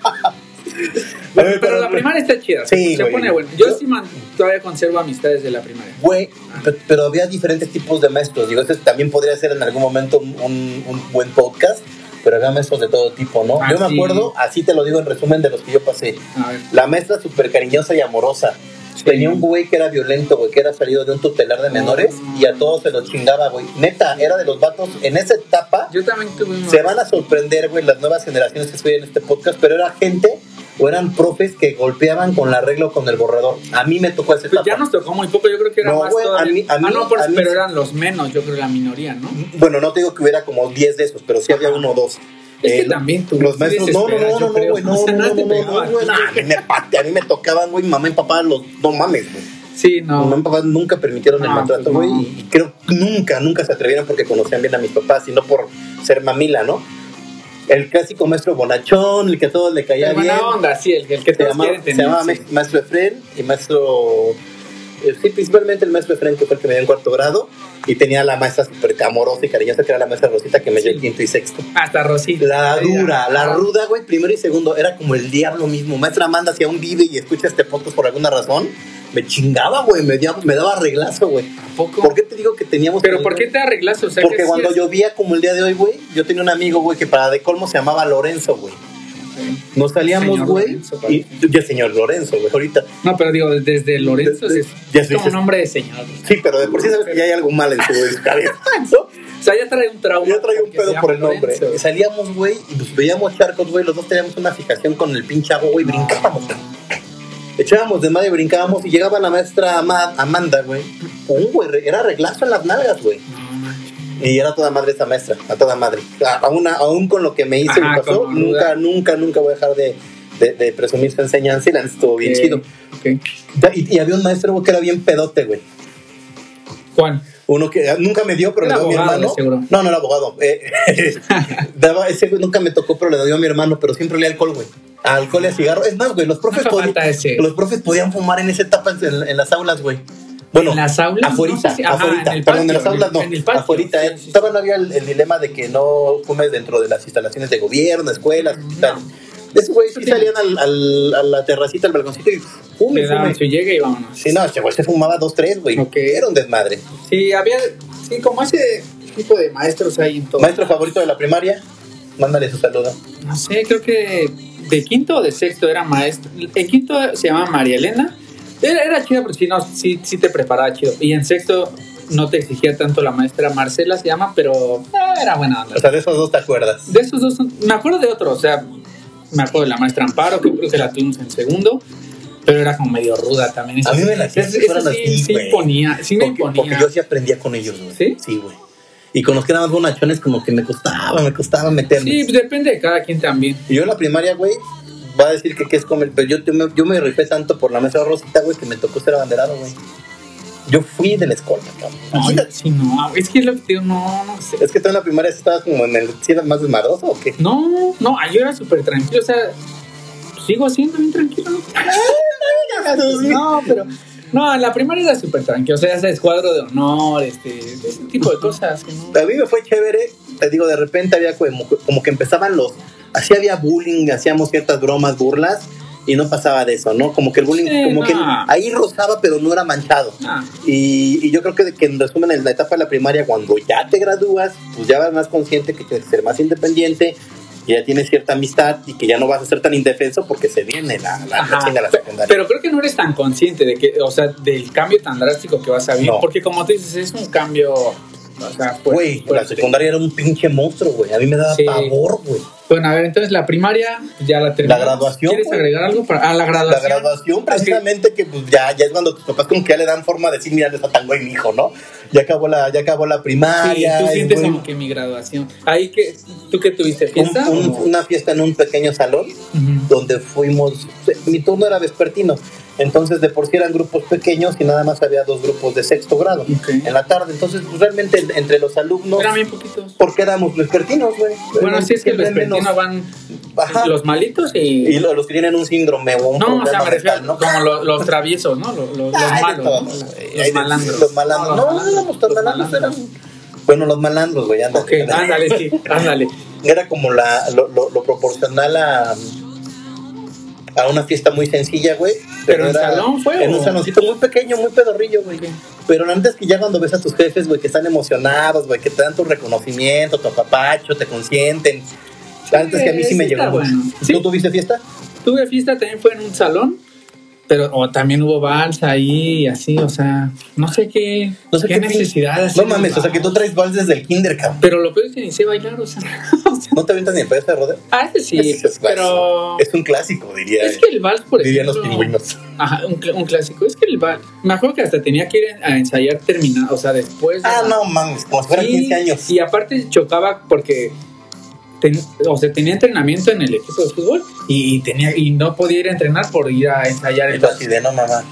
S3: Pero, la primaria está chida.
S2: Sí,
S3: se
S2: güey.
S3: pone bueno. Yo
S2: Yo-
S3: sí man- todavía conservo amistades de la primaria.
S2: Güey, pe- pero había diferentes tipos de maestros. Digo, este también podría ser en algún momento un, un- un buen podcast, pero había maestros de todo tipo, ¿no?
S3: Ah,
S2: yo me
S3: sí.
S2: acuerdo, así te lo digo en resumen de los que yo pasé.
S3: A ver.
S2: La maestra súper cariñosa y amorosa.
S3: Sí.
S2: Tenía un güey que era violento, güey, que era salido de un tutelar de menores
S3: Ah.
S2: y a todos se los chingaba, güey. Neta, era de los vatos. En esa etapa,
S3: Yo también tuve un.
S2: se van a sorprender, güey, las nuevas generaciones que estudian este podcast, pero era gente o eran profes que golpeaban con la regla o con el borrador. A mí me tocó esa
S3: Pues
S2: etapa.
S3: ya nos tocó muy poco. Yo creo que era
S2: No,
S3: más.
S2: güey,
S3: todavía.
S2: a mí- a mí-
S3: ah, no, por-
S2: a mí-
S3: pero eran los menos, yo creo, la minoría, ¿no?
S2: Bueno, no te digo que hubiera como 10 de esos, pero sí había uno o dos.
S3: Es que
S2: Eh,
S3: también tú.
S2: Los
S3: sí
S2: maestros, no, no,
S3: desesperas,
S2: no, no,
S3: yo
S2: no,
S3: creo.
S2: güey, no,
S3: O
S2: no,
S3: sea,
S2: no,
S3: nada
S2: no,
S3: te
S2: no,
S3: pegaba.
S2: güey, a mí me pate- a mí me tocaban, güey, mamá y papá, los, no mames, güey.
S3: Sí, no.
S2: Mamá y papá nunca permitieron el
S3: Ah,
S2: maltrato,
S3: pues
S2: güey.
S3: no.
S2: Y creo que nunca, nunca se atrevieron porque conocían bien a mis papás, sino por ser mamila, ¿no? El clásico maestro bonachón, el que a todos le caía
S3: El
S2: bien.
S3: buena onda, sí, el, el que
S2: Se
S3: te
S2: llamaba,
S3: quiere
S2: se
S3: tener.
S2: llamaba
S3: sí.
S2: maest- maestro Efren y maestro. eh, Sí, principalmente el maestro Efren, que fue el que me dio en cuarto grado. Y tenía la maestra súper amorosa y cariñosa, que era la maestra Rosita, que me dio el quinto y sexto.
S3: Hasta Rosita. Ah,
S2: La dura, la ruda, güey, primero y segundo, era como el diablo mismo. Maestra Amanda, si aún vive y escucha este podcast por alguna razón, me chingaba, güey, me, dia- me daba reglazo, güey.
S3: ¿A poco?
S2: ¿Por qué te digo que teníamos...
S3: ¿Pero
S2: que-
S3: por qué te arreglas? O sea, que
S2: Porque
S3: sí
S2: cuando
S3: es-
S2: llovía, como el día de hoy, güey, yo tenía un amigo, güey, que para de colmo se llamaba Lorenzo, güey. Nos salíamos,
S3: Señor
S2: güey,
S3: Lorenzo,
S2: y ya señor Lorenzo, güey, ahorita.
S3: No, pero digo, desde Lorenzo
S2: Desde-
S3: es,
S2: ya
S3: es
S2: se
S3: como
S2: dice-
S3: nombre de señor.
S2: Sí, pero de por sí sabes que ya hay algo mal en su cabeza, ¿no?
S3: O sea, ya trae un trauma.
S2: Yo traía un
S3: porque se
S2: pedo
S3: llama
S2: por el nombre.
S3: Lorenzo.
S2: Salíamos, güey, y nos veíamos charcos, güey. Los dos teníamos una fijación con el pinche agua, güey. Brincábamos. Echábamos de madre, brincábamos. Y llegaba la maestra Ama- Amanda, güey. Un güey, re- era reglazo en las nalgas, güey. Y era toda madre esa maestra, a toda madre. A- a una- Aún con lo que me hizo y
S3: Ajá,
S2: me pasó,
S3: como
S2: nunca,
S3: duda.
S2: nunca, nunca voy a dejar de, de, de presumir esta enseñanza. Y la neta estuvo bien
S3: Ok,
S2: chido.
S3: ok.
S2: Y, y había un maestro güey, que era bien pedote, güey.
S3: Juan,
S2: Uno que ah, nunca me dio, pero
S3: Era
S2: le dio a mi
S3: abogado,
S2: hermano.
S3: de seguro.
S2: No, no era abogado. Eh, [laughs] daba, ese güey nunca me tocó, pero le dio a mi hermano, pero siempre le alcohol, güey. A Alcohol y a cigarro. Es más, güey, los profes,
S3: Nunca
S2: podi-
S3: [laughs] falta ese.
S2: los profes podían fumar en esa etapa en, en las aulas, güey. Bueno,
S3: ¿En las aulas?
S2: afuera,
S3: No sé si- ajá,
S2: afuera,
S3: en el
S2: perdón, en
S3: patio,
S2: las aulas no,
S3: en el patio.
S2: afuera, eh.
S3: Sí, sí, sí.
S2: todavía no había el, el dilema de que no fumes dentro de las instalaciones de gobierno, escuelas, hospitales. Esos güey sí
S3: Eso tiene-
S2: salían al, al- a la terracita, al balconcito y fume,
S3: le
S2: fume.
S3: daban su llegue y vámonos.
S2: Sí, no, este güey se fumaba dos, tres, güey.
S3: Ok.
S2: Era un desmadre.
S3: Sí, había. Sí, como ese tipo de maestros ahí en todo.
S2: Maestro favorito de la primaria, mándale su saludo.
S3: No sé, creo que de quinto o de sexto era maestro. En quinto se llamaba María Elena. Era, era chido, pero sí, no, sí, sí te preparaba chido. Y en sexto no te exigía tanto la maestra Marcela, se llama, pero eh, era buena onda.
S2: O sea, de esos dos te acuerdas.
S3: De esos dos, me acuerdo de otro, o sea, me acuerdo de la maestra Amparo, que creo que la tuvimos en segundo, pero era como medio ruda también. Esa
S2: A mí me
S3: sí-
S2: la hacían
S3: esa-
S2: que fueran
S3: esa sí,
S2: así,
S3: sí
S2: güey.
S3: imponía, sí me
S2: Porque, porque
S3: imponía.
S2: yo sí aprendía con ellos, güey.
S3: ¿Sí?
S2: Sí, güey. Y con los que eran más bonachones, como que me costaba, me costaba meterme.
S3: Sí, pues, depende de cada quien también.
S2: Y yo en la primaria, güey, va a decir que qué es comer, pero yo, yo me, yo me rifé tanto por la mesa rosita, güey, que me tocó ser abanderado, güey. Yo fui de la escolta, cabrón.
S3: Ay,
S2: Imagínate.
S3: sí, no, es que es lo que te digo, no, no sé.
S2: Es que tú en la primaria sí estabas como en el... ¿Sí eras más desmadroso o qué?
S3: No, no, ay, yo era súper tranquilo, o sea, sigo siendo bien tranquilo. ¿no?
S2: Ah,
S3: Pues No, pero. No, en la primaria era súper tranquilo, o sea, ese escuadro de honor, este, ese tipo de cosas. que no-
S2: A mí me fue chévere, te digo, de repente había como, como que empezaban los... Así había bullying, hacíamos ciertas bromas, burlas, y no pasaba de eso, ¿no? Como que el bullying,
S3: Sí,
S2: como
S3: no.
S2: que ahí rozaba, pero no era manchado.
S3: Ah,
S2: Y, y yo creo que, que en resumen, en la etapa de la primaria, cuando ya te gradúas, pues ya vas más consciente que tienes que ser más independiente, que ya tienes cierta amistad y que ya no vas a ser tan indefenso porque se viene la, la, la
S3: Ajá.
S2: chinga a la secundaria.
S3: Pero creo que no eres tan consciente de que, o sea, del cambio tan drástico que vas a vivir.
S2: No.
S3: Porque como tú dices, es un cambio, o sea, fuerte,
S2: Güey, la
S3: fuerte.
S2: secundaria era un pinche monstruo, güey. A mí me daba
S3: Sí.
S2: pavor, güey.
S3: Bueno, a ver, entonces la primaria ya la terminamos.
S2: graduación,
S3: ¿Quieres
S2: güey.
S3: agregar algo? Para, ah, la
S2: La
S3: graduación.
S2: graduación,
S3: Ah, es que-
S2: precisamente, que pues ya, ya es cuando tus papás como que ya le dan forma de decir, mira, le está tan güey mi hijo, ¿no? Ya acabó la, ya acabó la
S3: Sí,
S2: primaria.
S3: tú
S2: es
S3: sientes
S2: muy-
S3: como que mi graduación. Ahí que, ¿tú qué tuviste?
S2: un-
S3: ¿Fiesta?
S2: un-
S3: o-
S2: una fiesta en un pequeño salón
S3: Ujú.
S2: donde fuimos, mi turno era vespertino, entonces de por sí eran grupos pequeños y nada más había dos grupos de sexto grado
S3: Ok.
S2: en la tarde, entonces pues, realmente en- entre los alumnos,
S3: Eran bien poquitos.
S2: porque éramos vespertinos, güey.
S3: Bueno, sí es que los
S2: Siempre menos-
S3: vespertinos van
S2: Ajá.
S3: los malitos y...
S2: Y lo- los que tienen un síndrome o un
S3: no, o
S2: problema
S3: sea, me refiero
S2: mental, ¿no?
S3: como lo- los traviesos, ¿no? Lo- lo- Los,
S2: Ay, de
S3: malos,
S2: todo,
S3: ¿no?
S2: güey. Ay, de-
S3: los malandros.
S2: Los malandros. No, no éramos tan
S3: los
S2: malandros,
S3: malandros.
S2: eran- Bueno, los malandros, güey, ándale, [laughs]
S3: Ok,
S2: ándale.
S3: ándale, sí, ándale.
S2: era como la, lo, lo- lo proporcional a, a una fiesta muy sencilla, güey.
S3: ¿Pero en
S2: era-
S3: salón fue
S2: En
S3: o?
S2: un saloncito muy pequeño, muy pedorrillo, güey. Pero antes que ya cuando ves a tus jefes, güey, que están emocionados, güey, que te dan tu reconocimiento, tu apapacho, te consienten. Antes que a mí sí me
S3: está
S2: llegó. güey.
S3: bueno. Sí.
S2: ¿Tú tuviste fiesta?
S3: Tuve fiesta, también fue en un salón, pero o también hubo balsa ahí y así, o sea, no sé qué,
S2: No sé
S3: qué,
S2: qué pin-
S3: necesidad.
S2: No
S3: hacían los
S2: mames, o sea que tú
S3: vals.
S2: traes vals desde el kinder, cabrón.
S3: Pero lo peor es que ni sé bailar, o sea. [laughs] o sea,
S2: ¿No te avientas ni el pedazo de rodeo?
S3: ah, ese sí,
S2: Ese es
S3: pero...
S2: clásico. Es un clásico, diría.
S3: Es que el vals, por
S2: dirían los
S3: ejemplo,
S2: pingüinos.
S3: Ajá, un, cl- un clásico. Es que el vals... Me acuerdo que hasta tenía que ir a ensayar terminado, o sea, después... de
S2: Ah,
S3: la-
S2: no mames, como si fueran
S3: Sí,
S2: 15 años.
S3: Y aparte chocaba porque ten- o sea, tenía entrenamiento en el equipo de fútbol y tenía y no podía ir a entrenar por ir a ensayar
S2: Y
S3: el
S2: tú así de no mamá.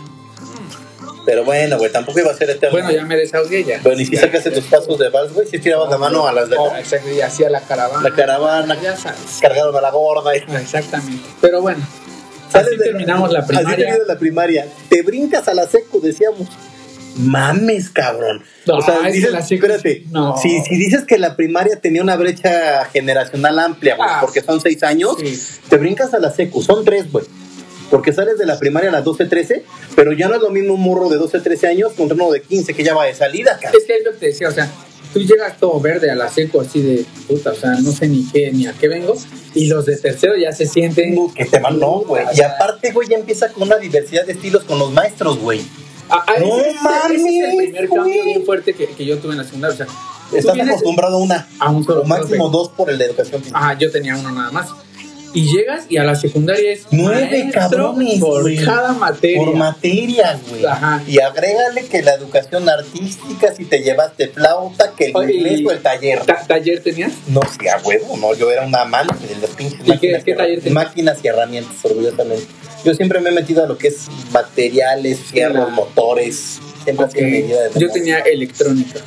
S2: Pero bueno, güey, tampoco iba a ser eterno.
S3: Bueno, ya me desahogué ya.
S2: Bueno, y si
S3: Ya,
S2: sacaste
S3: ya.
S2: tus pasos de vals, güey, si tirabas la mano a las de
S3: Oh, exacto, y hacía la caravana.
S2: la caravana,
S3: Ya sabes.
S2: cargaron a la gorda. y-
S3: Exactamente. Pero bueno,
S2: Sales
S3: así
S2: de-
S3: terminamos la
S2: Así
S3: primaria.
S2: terminas la primaria. Te brincas a la secu, decíamos. Mames, cabrón.
S3: No,
S2: o sea,
S3: es que
S2: dices,
S3: la secu-
S2: espérate,
S3: no.
S2: si, si dices que la primaria tenía una brecha generacional amplia, güey,
S3: Ah,
S2: porque son seis años,
S3: Sí.
S2: te brincas a la secu, son tres, güey. Porque sales de la primaria a las 12, 13, pero ya no es lo mismo un morro de 12, 13 años contra uno de 15 que ya va de salida, cabrón.
S3: Es que es lo que te decía, o sea, tú llegas todo verde a la seco así de puta, o sea, no sé ni qué, ni a qué vengo, y los de tercero ya se sienten.
S2: Uh, Que te van, no, güey. Y aparte, güey, ya empieza con una diversidad de estilos con los maestros, güey.
S3: Ah, ah,
S2: ¡No
S3: ese- ese es el
S2: mames,
S3: primer cambio
S2: güey!
S3: bien fuerte que, que yo tuve en la secundaria. O sea, tú
S2: Estás
S3: vienes-
S2: acostumbrado a una,
S3: a un solo
S2: o máximo
S3: profe.
S2: dos por el de educación física.
S3: Ajá, yo tenía uno nada más. Y llegas y a la secundaria es
S2: Nueve
S3: maestro
S2: cabrones,
S3: por
S2: güey.
S3: cada materia.
S2: Por materia, güey.
S3: Ajá.
S2: Y agrégale que la educación artística, si te llevaste flauta, que el
S3: Oye,
S2: inglés o el taller.
S3: Ta- ¿Taller tenías?
S2: No, sí, a huevo, no. Yo era un amante de los pinches
S3: ¿Y qué-
S2: máquinas,
S3: qué
S2: y herra-
S3: taller tenías?
S2: máquinas y herramientas, orgullosamente. Yo siempre me he metido a lo que es materiales, fierros,
S3: la-
S2: motores. Siempre ha sido mi vida de
S3: Yo
S2: verdad.
S3: tenía electrónica.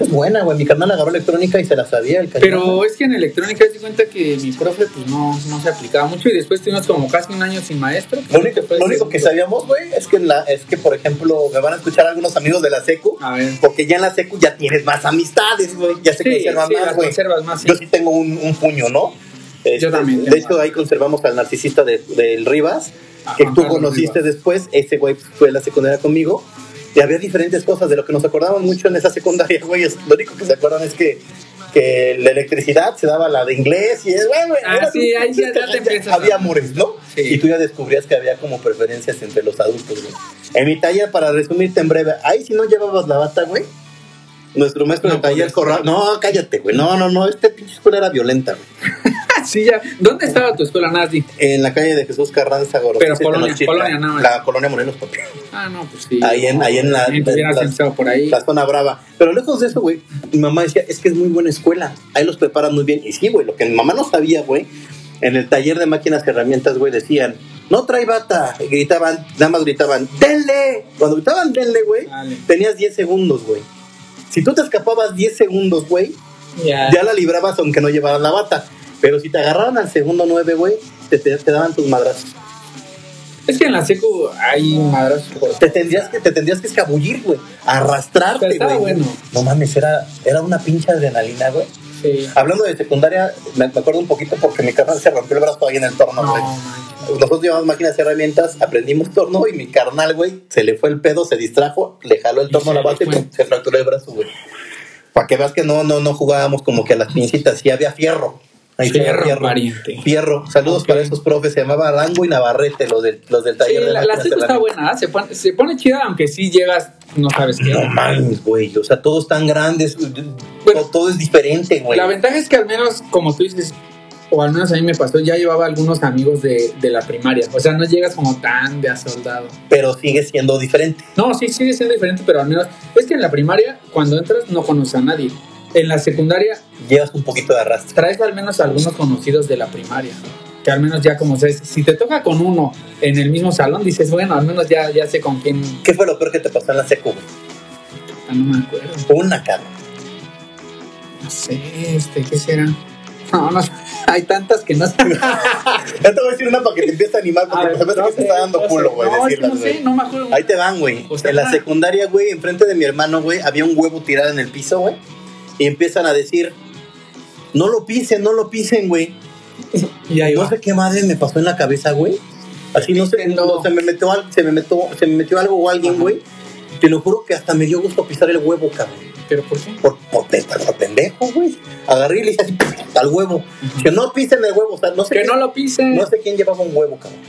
S2: Es buena, güey. Mi carnal agarró electrónica y se la sabía el cañón.
S3: Pero es que en electrónica di cuenta que mi profe pues no, no se aplicaba mucho y después tuvimos como casi un año sin maestro.
S2: Lo único,
S3: Fue
S2: lo único que
S3: segundo.
S2: sabíamos, güey, es que en la, es que por ejemplo me van a escuchar algunos amigos de la secu,
S3: A ver.
S2: porque ya en la secu ya tienes más amistades, güey, ya se
S3: Sí,
S2: conservan
S3: sí,
S2: más,
S3: las
S2: güey.
S3: conservas más, sí.
S2: Yo sí tengo un, un puño, ¿no? Este,
S3: también
S2: De
S3: tengo.
S2: hecho ahí conservamos al narcisista de- del Rivas,
S3: A
S2: que
S3: Juan
S2: tú
S3: Carlos
S2: conociste
S3: Rivas.
S2: después. Ese güey fue a la secundaria conmigo. Y había diferentes cosas de lo que nos acordaban mucho en esa secundaria, [laughs] güey. es- Lo único que se acuerdan es que, que la electricidad se daba la de inglés y es, güey, güey,
S3: Ah,
S2: era
S3: sí,
S2: un-
S3: ahí ya- ya te empiezas
S2: Había
S3: a-
S2: amores, ¿no?
S3: Sí.
S2: Y tú ya descubrías que había como preferencias entre los adultos, güey. En mi taller, para resumirte en breve, ahí si no llevabas la bata, güey. Nuestro maestro
S3: No
S2: de taller
S3: podías.
S2: corral. No, cállate, güey. No, no, no. Este pinche escuela era violenta, güey.
S3: Ah, [laughs] sí, ya. ¿Dónde estaba tu escuela, Nati?
S2: En la calle de Jesús Carranza, Gorosei,
S3: Pero Colonia,
S2: Tenochtitlan.
S3: Colonia, nada más.
S2: La colonia Morelos, papi.
S3: Ah, no, pues sí.
S2: Ahí en, ahí en la,
S3: Si hubieras
S2: la-
S3: pensado por ahí.
S2: la zona brava. Pero lejos de eso, güey, mi mamá decía, es que es muy buena escuela. Ahí los preparan muy bien. Y sí, güey, lo que mi mamá no sabía, güey, en el taller de máquinas y herramientas, güey, decían, no trae bata. Y gritaban, nada más gritaban, denle. Cuando gritaban, denle, güey,
S3: Dale.
S2: tenías 10 segundos, güey. Si tú te escapabas 10 segundos, güey,
S3: Ya.
S2: ya la librabas aunque no llevaras la bata. Pero si te agarraban al segundo 9, güey, te, te, te daban tus madrazos.
S3: Es que en la secu hay madrazos por-
S2: Te tendrías que, te tendrías que escabullir, güey. Arrastrarte,
S3: Pero estaba
S2: güey.
S3: bueno.
S2: No mames, era, era una pincha adrenalina, güey.
S3: Sí.
S2: Hablando de secundaria, me me acuerdo un poquito porque mi carnal se rompió el brazo ahí en el torno,
S3: No,
S2: güey.
S3: man.
S2: Nosotros llevamos máquinas y herramientas, aprendimos torno y mi carnal, güey, se le fue el pedo, se distrajo, le jaló el
S3: Y
S2: torno a
S3: se
S2: la
S3: le
S2: base y
S3: fue.
S2: pum, se fracturó el brazo, güey. Para que veas que no, no, no jugábamos como que a las pincitas, sí había fierro. Ahí sí había
S3: Fierro, pariente.
S2: Fierro. Saludos
S3: Ok.
S2: para esos profes, se llamaba Arango y Navarrete, los del, los del
S3: Sí,
S2: taller de
S3: la, la
S2: máquinas y
S3: secu está
S2: herramientas.
S3: buena, ¿ah? se pone, se pone chida, aunque sí llegas, no sabes qué.
S2: No mames, güey. O sea, todos tan grandes.
S3: Bueno.
S2: todo, todo es diferente, güey.
S3: La ventaja es que al menos, como tú dices, o al menos a mí me pasó, ya llevaba algunos amigos de, de la primaria. O sea, no llegas como tan de a soldado.
S2: Pero sigue siendo diferente.
S3: No, sí, sigue siendo diferente, pero al menos es que en la primaria, cuando entras, no conoces a nadie. En la secundaria,
S2: Llevas un poquito de arrastre.
S3: traes al menos algunos conocidos de la primaria. Que al menos ya como sabes, si te toca con uno en el mismo salón, dices, bueno, al menos ya, ya sé con quién.
S2: ¿Qué fue lo peor que te pasó en la secu? güey?
S3: Ah, No me acuerdo.
S2: Una, cara.
S3: No sé, este, ¿qué será? [laughs] No, no, hay tantas que
S2: [laughs]
S3: no sé.
S2: Ya te voy a decir una para que te empieces a animar
S3: A
S2: porque
S3: ver,
S2: me parece
S3: Ah,
S2: que te está dando
S3: no sé, no
S2: culo,
S3: sé.
S2: güey,
S3: No, es que
S2: decirlas,
S3: no sé, Pues,
S2: güey.
S3: no me acuerdo.
S2: Ahí te van, güey.
S3: O sea,
S2: En la
S3: una-
S2: secundaria, güey, enfrente de mi hermano, güey, había un huevo tirado en el piso, güey. Y empiezan a decir, no lo pisen, no lo pisen, güey.
S3: Y ahí
S2: No
S3: va.
S2: sé qué madre me pasó en la cabeza, güey. Así no sé,
S3: Nintendo.
S2: no, se me metió, al- se me metió, se me metió algo o alguien,
S3: Ajá.
S2: güey. Te lo juro que hasta me dio gusto pisar el huevo, cabrón.
S3: Pero por qué?
S2: Por, por, pe- por pendejo, güey. Agarré y le hice así al huevo. Que no pisen el huevo, o sea, no sé,
S3: Que
S2: quién,
S3: no lo pisen.
S2: no sé quién llevaba un huevo, cabrón.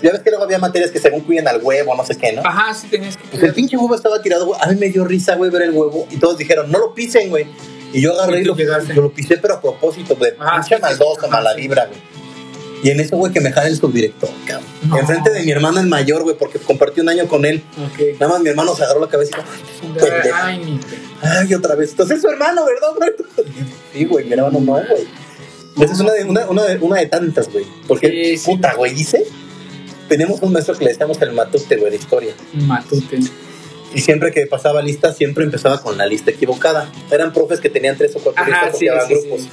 S2: Ya ves que luego había materias que según cuidan al huevo, no sé qué, ¿no?
S3: Ajá, sí tenías que.
S2: Pues el pinche huevo estaba tirado, güey. A mí me dio risa, güey, ver el huevo. Y todos dijeron, no lo pisen, güey. Y yo agarré
S3: Y
S2: y
S3: tú
S2: lo,
S3: llegaste.
S2: lo pisé, pero a propósito, güey.
S3: Ah,
S2: pinche
S3: sí, sí,
S2: maldosa,
S3: sí.
S2: mala vibra, güey. Y en eso, güey, que me jala el subdirector, cabrón.
S3: No.
S2: Enfrente de mi hermano el mayor, güey, porque compartí un año con él.
S3: Ok.
S2: Nada más mi hermano se agarró la cabeza y dijo, Pendejo.
S3: Ay, mi.
S2: ay, otra vez. Entonces es su hermano, ¿verdad, güey? [laughs] Sí, güey, mi hermano no, güey. Esa es una de, una, una de, una de tantas, güey. Porque,
S3: Sí, sí.
S2: puta, güey, hice. Tenemos un maestro que le decíamos el matute, güey, de historia.
S3: Matute.
S2: Y siempre que pasaba lista, siempre empezaba con la lista equivocada. Eran profes que tenían tres o cuatro listas
S3: Ajá,
S2: porque
S3: sí,
S2: eran
S3: sí,
S2: grupos.
S3: sí.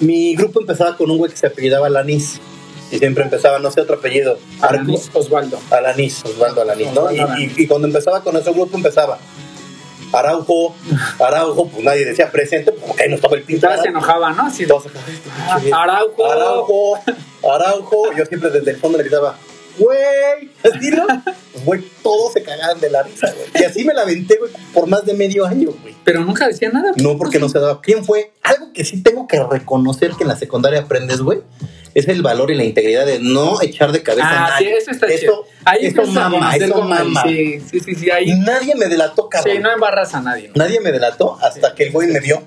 S2: Mi grupo empezaba con un güey que se apellidaba Alanis. Y siempre empezaba, no sé otro apellido, Arcos.
S3: Alanis Osvaldo.
S2: Alanis, Osvaldo Alanis, ¿no? Y, y- y cuando empezaba con nuestro grupo empezaba Araujo, Araujo, pues nadie decía presente, porque ahí no estaba el
S3: Y
S2: pintar.
S3: todas se enojaba, ¿no? Así de, "Ah, Araujo.
S2: Araujo, Araujo. Yo siempre desde el fondo le gritaba, güey, así no. Pues, güey, todos se cagaban de la risa, güey. Y así me la aventé, güey, por más de medio año, güey.
S3: Pero nunca decía nada.
S2: No, porque no se daba. ¿Quién fue? Algo que sí tengo que reconocer que en la secundaria aprendes, güey, es el valor y la integridad de no echar de cabeza a
S3: Ah, sí,
S2: nadie.
S3: eso está
S2: eso,
S3: chido. Ahí
S2: eso
S3: empiezas a
S2: mama,
S3: conocer
S2: eso
S3: como-
S2: mama.
S3: Sí, sí, sí, sí, ahí.
S2: Nadie me delató, cabrón.
S3: Sí, no embarras a nadie. ¿no?
S2: Nadie me delató hasta que el güey me vio.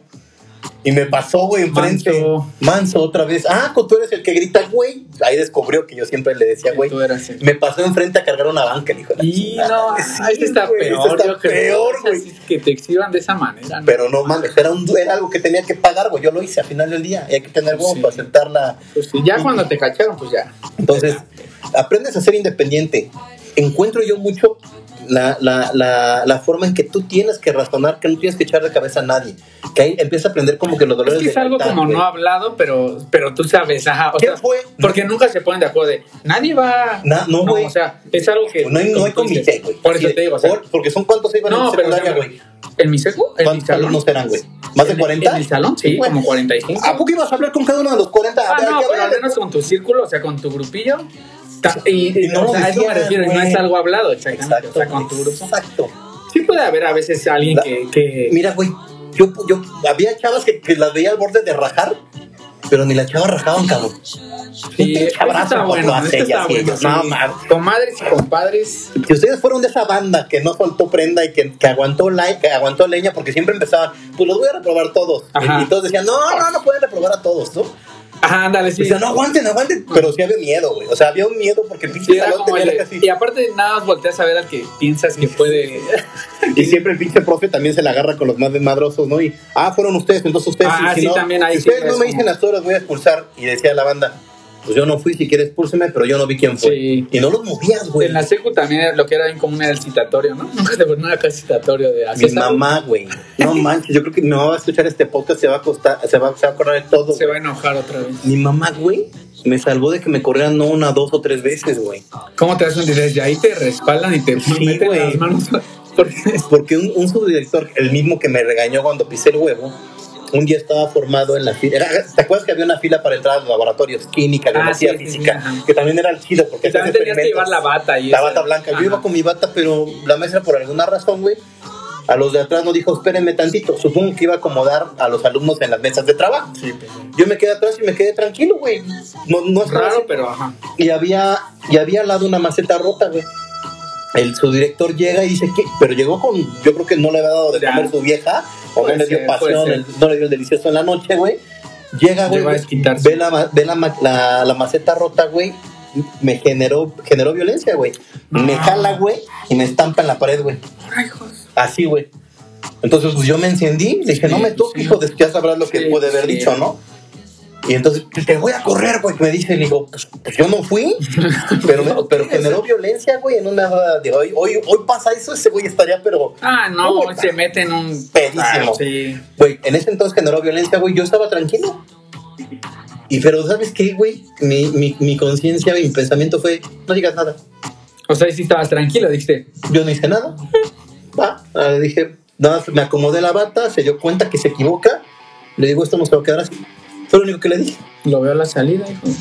S2: Y me pasó, güey, enfrente.
S3: Manso.
S2: Manso. otra vez. Ah, tú eres el que grita, güey. Ahí descubrió que yo siempre le decía, güey.
S3: Tú eras el-
S2: Me pasó enfrente a cargar una banca, el hijo. de la
S3: Y no,
S2: chingada.
S3: ahí
S2: Sí,
S3: está
S2: güey,
S3: peor.
S2: este está
S3: yo creo.
S2: peor,
S3: O sea,
S2: güey.
S3: sí, Que te exhiban de esa manera. ¿no?
S2: Pero no mames, era, un, era algo que tenía que pagar, güey. Yo lo hice al final del día. Y hay que tener huevos
S3: Sí.
S2: para aceptar la.
S3: Pues sí, ya cuando te cacharon, pues ya.
S2: Entonces, aprendes a ser independiente. Encuentro yo mucho la, la, la, la forma en que tú tienes que razonar, que no tienes que echar de cabeza a nadie. Que ahí empieza a aprender como que los dolores
S3: Es que es
S2: del
S3: algo
S2: altar,
S3: como
S2: güey.
S3: no hablado, pero, pero tú sabes, ajá. O
S2: ¿Qué
S3: sea,
S2: fue?
S3: Porque nunca se ponen de acuerdo de nadie va.
S2: Na- no, güey.
S3: o sea, es algo que.
S2: No hay, no hay
S3: como tú
S2: comité,
S3: dices,
S2: güey.
S3: Por eso
S2: Sí,
S3: te digo, o sea,
S2: por- porque son cuántos iban en
S3: No, pero. o sea,
S2: secundaria, güey.
S3: ¿En mi seco? ¿En mi
S2: ¿Cuántos
S3: salón?
S2: alumnos eran, güey? ¿Más de
S3: ¿En-
S2: 40?
S3: En mi salón, sí,
S2: Bueno.
S3: como 45.
S2: ¿A poco ibas a hablar con cada uno de los 40? A
S3: Ah,
S2: ver,
S3: no,
S2: ¿qué
S3: pero al
S2: hablas?
S3: menos con tu círculo, o sea, con tu grupillo. ta- Y, y-
S2: Y no
S3: o sea, a eso me
S2: decías,
S3: refiero, no
S2: güey.
S3: es algo hablado, exactamente.
S2: Exacto,
S3: o sea, con tu grupo.
S2: exacto.
S3: Sí puede haber a veces alguien
S2: La-
S3: que, que-
S2: Mira, güey, yo, yo había chavas que, que las veía al borde de rajar, pero ni las chavas rajaban, cabrón.
S3: Sí,
S2: pinche
S3: esto
S2: abrazo
S3: está
S2: por
S3: bueno,
S2: todas
S3: esto
S2: ellas
S3: está
S2: y
S3: bueno,
S2: ellos.
S3: sí.
S2: No, mames.
S3: Comadres y compadres.
S2: Si ustedes fueron de esa banda que no soltó prenda y que, que aguantó like, que aguantó leña, porque siempre empezaban, pues los voy a reprobar todos.
S3: Ajá.
S2: Y todos decían, no, no, no pueden reprobar a todos, ¿no?
S3: Ajá, ándale, sí. Ah.
S2: O sea, no aguanten, aguanten. Pero sí había miedo, güey. O sea, había un miedo porque el
S3: Sí,
S2: pinche
S3: era
S2: salón
S3: como
S2: tenía
S3: el-
S2: la casi.
S3: Y aparte nada más volteas a ver al que piensas que puede...
S2: Y siempre el pinche profe también se la agarra con los más desmadrosos, ¿no? Y, ah, fueron ustedes, entonces ustedes.
S3: Ah,
S2: y si
S3: sí,
S2: no,
S3: también ahí
S2: si ustedes
S3: sí es
S2: no me
S3: como-
S2: dicen las horas, voy a expulsar. Y decía la banda, pues yo no fui, si quieres, expúlseme, pero yo no vi quién fue.
S3: Sí.
S2: Y no los movías, güey.
S3: pues, En la secu también lo que era bien común era el citatorio, ¿no? [laughs] Nunca te ponían acá el citatorio de... así
S2: Mi
S3: está-
S2: mamá, güey. No manches, yo creo que mi mamá va a escuchar este podcast, se va a costar, se va, se va a acordar de todo.
S3: Se va a enojar otra vez.
S2: Mi mamá, güey, me salvó de que me corrieran no una, dos o tres veces, güey.
S3: ¿Cómo te das cuenta? Y dices, "Ya ahí te respaldan y te
S2: Sí,
S3: meten
S2: güey.
S3: las manos. Porque
S2: [laughs] Porque un, un subdirector, el mismo que me regañó cuando pisé el huevo, un día estaba formado en la fila. era- ¿Te acuerdas que había una fila para entrar a los laboratorios? Química, biología,
S3: Ah, sí, sí, sí,
S2: física.
S3: ajá.
S2: que también era el chido porque
S3: y también
S2: hacías
S3: tenías que llevar
S2: experimentos.
S3: la bata. Y
S2: La
S3: eso.
S2: bata blanca.
S3: Ajá.
S2: Yo iba con mi bata, pero la maestra por alguna razón, güey, a los de atrás no dijo, espérenme tantito. Supongo que iba a acomodar a los alumnos en las mesas de trabajo.
S3: Sí, pues, sí.
S2: Yo me quedé atrás y me quedé tranquilo, güey. No, no estaba
S3: Raro,
S2: así.
S3: pero ajá.
S2: Y había, y había al lado una maceta rota, güey. El subdirector llega y dice que, pero llegó con, yo creo que no le había dado de
S3: Ya.
S2: comer su vieja, o
S3: Puede
S2: no le dio
S3: ser,
S2: pasión,
S3: puede
S2: el- no le dio el delicioso en la noche, güey. Llega, güey,
S3: Llegó a desquitarse.
S2: ve, la, ma- ve la, ma- la- la maceta rota, güey. Me generó, generó violencia, güey. Me
S3: Ah.
S2: jala, güey, y me estampa en la pared, güey.
S3: Ahora, hijos.
S2: Así, güey. Entonces, pues yo me encendí, le dije,
S3: Sí,
S2: no me toques,
S3: sí.
S2: hijo, de- ya sabrás lo que
S3: Sí,
S2: puede haber
S3: sí.
S2: dicho, ¿no? Y entonces, pues, te voy a correr, güey, me dice, le digo, pues, pues yo no
S3: [laughs]
S2: fui, pero, me- pero generó violencia, güey, en una hora de hoy, hoy, hoy pasa eso, ese güey estaría, pero,
S3: Ah, no,
S2: ¿Cómo está?
S3: se mete en un.
S2: Pedísimo.
S3: Ah, sí.
S2: güey, en ese entonces generó violencia, güey, yo estaba tranquilo. Y pero, ¿sabes qué, güey? Mi, mi, mi conciencia, mi pensamiento fue, no digas nada.
S3: O sea, ahí sí estabas tranquilo, dijiste.
S2: Yo no hice nada. Va, ah, dije, nada, más me acomodé la bata, se dio cuenta que se equivoca. Le digo, esto no se va a quedar así. Fue lo único que le dije.
S3: Lo veo a la salida, hijo.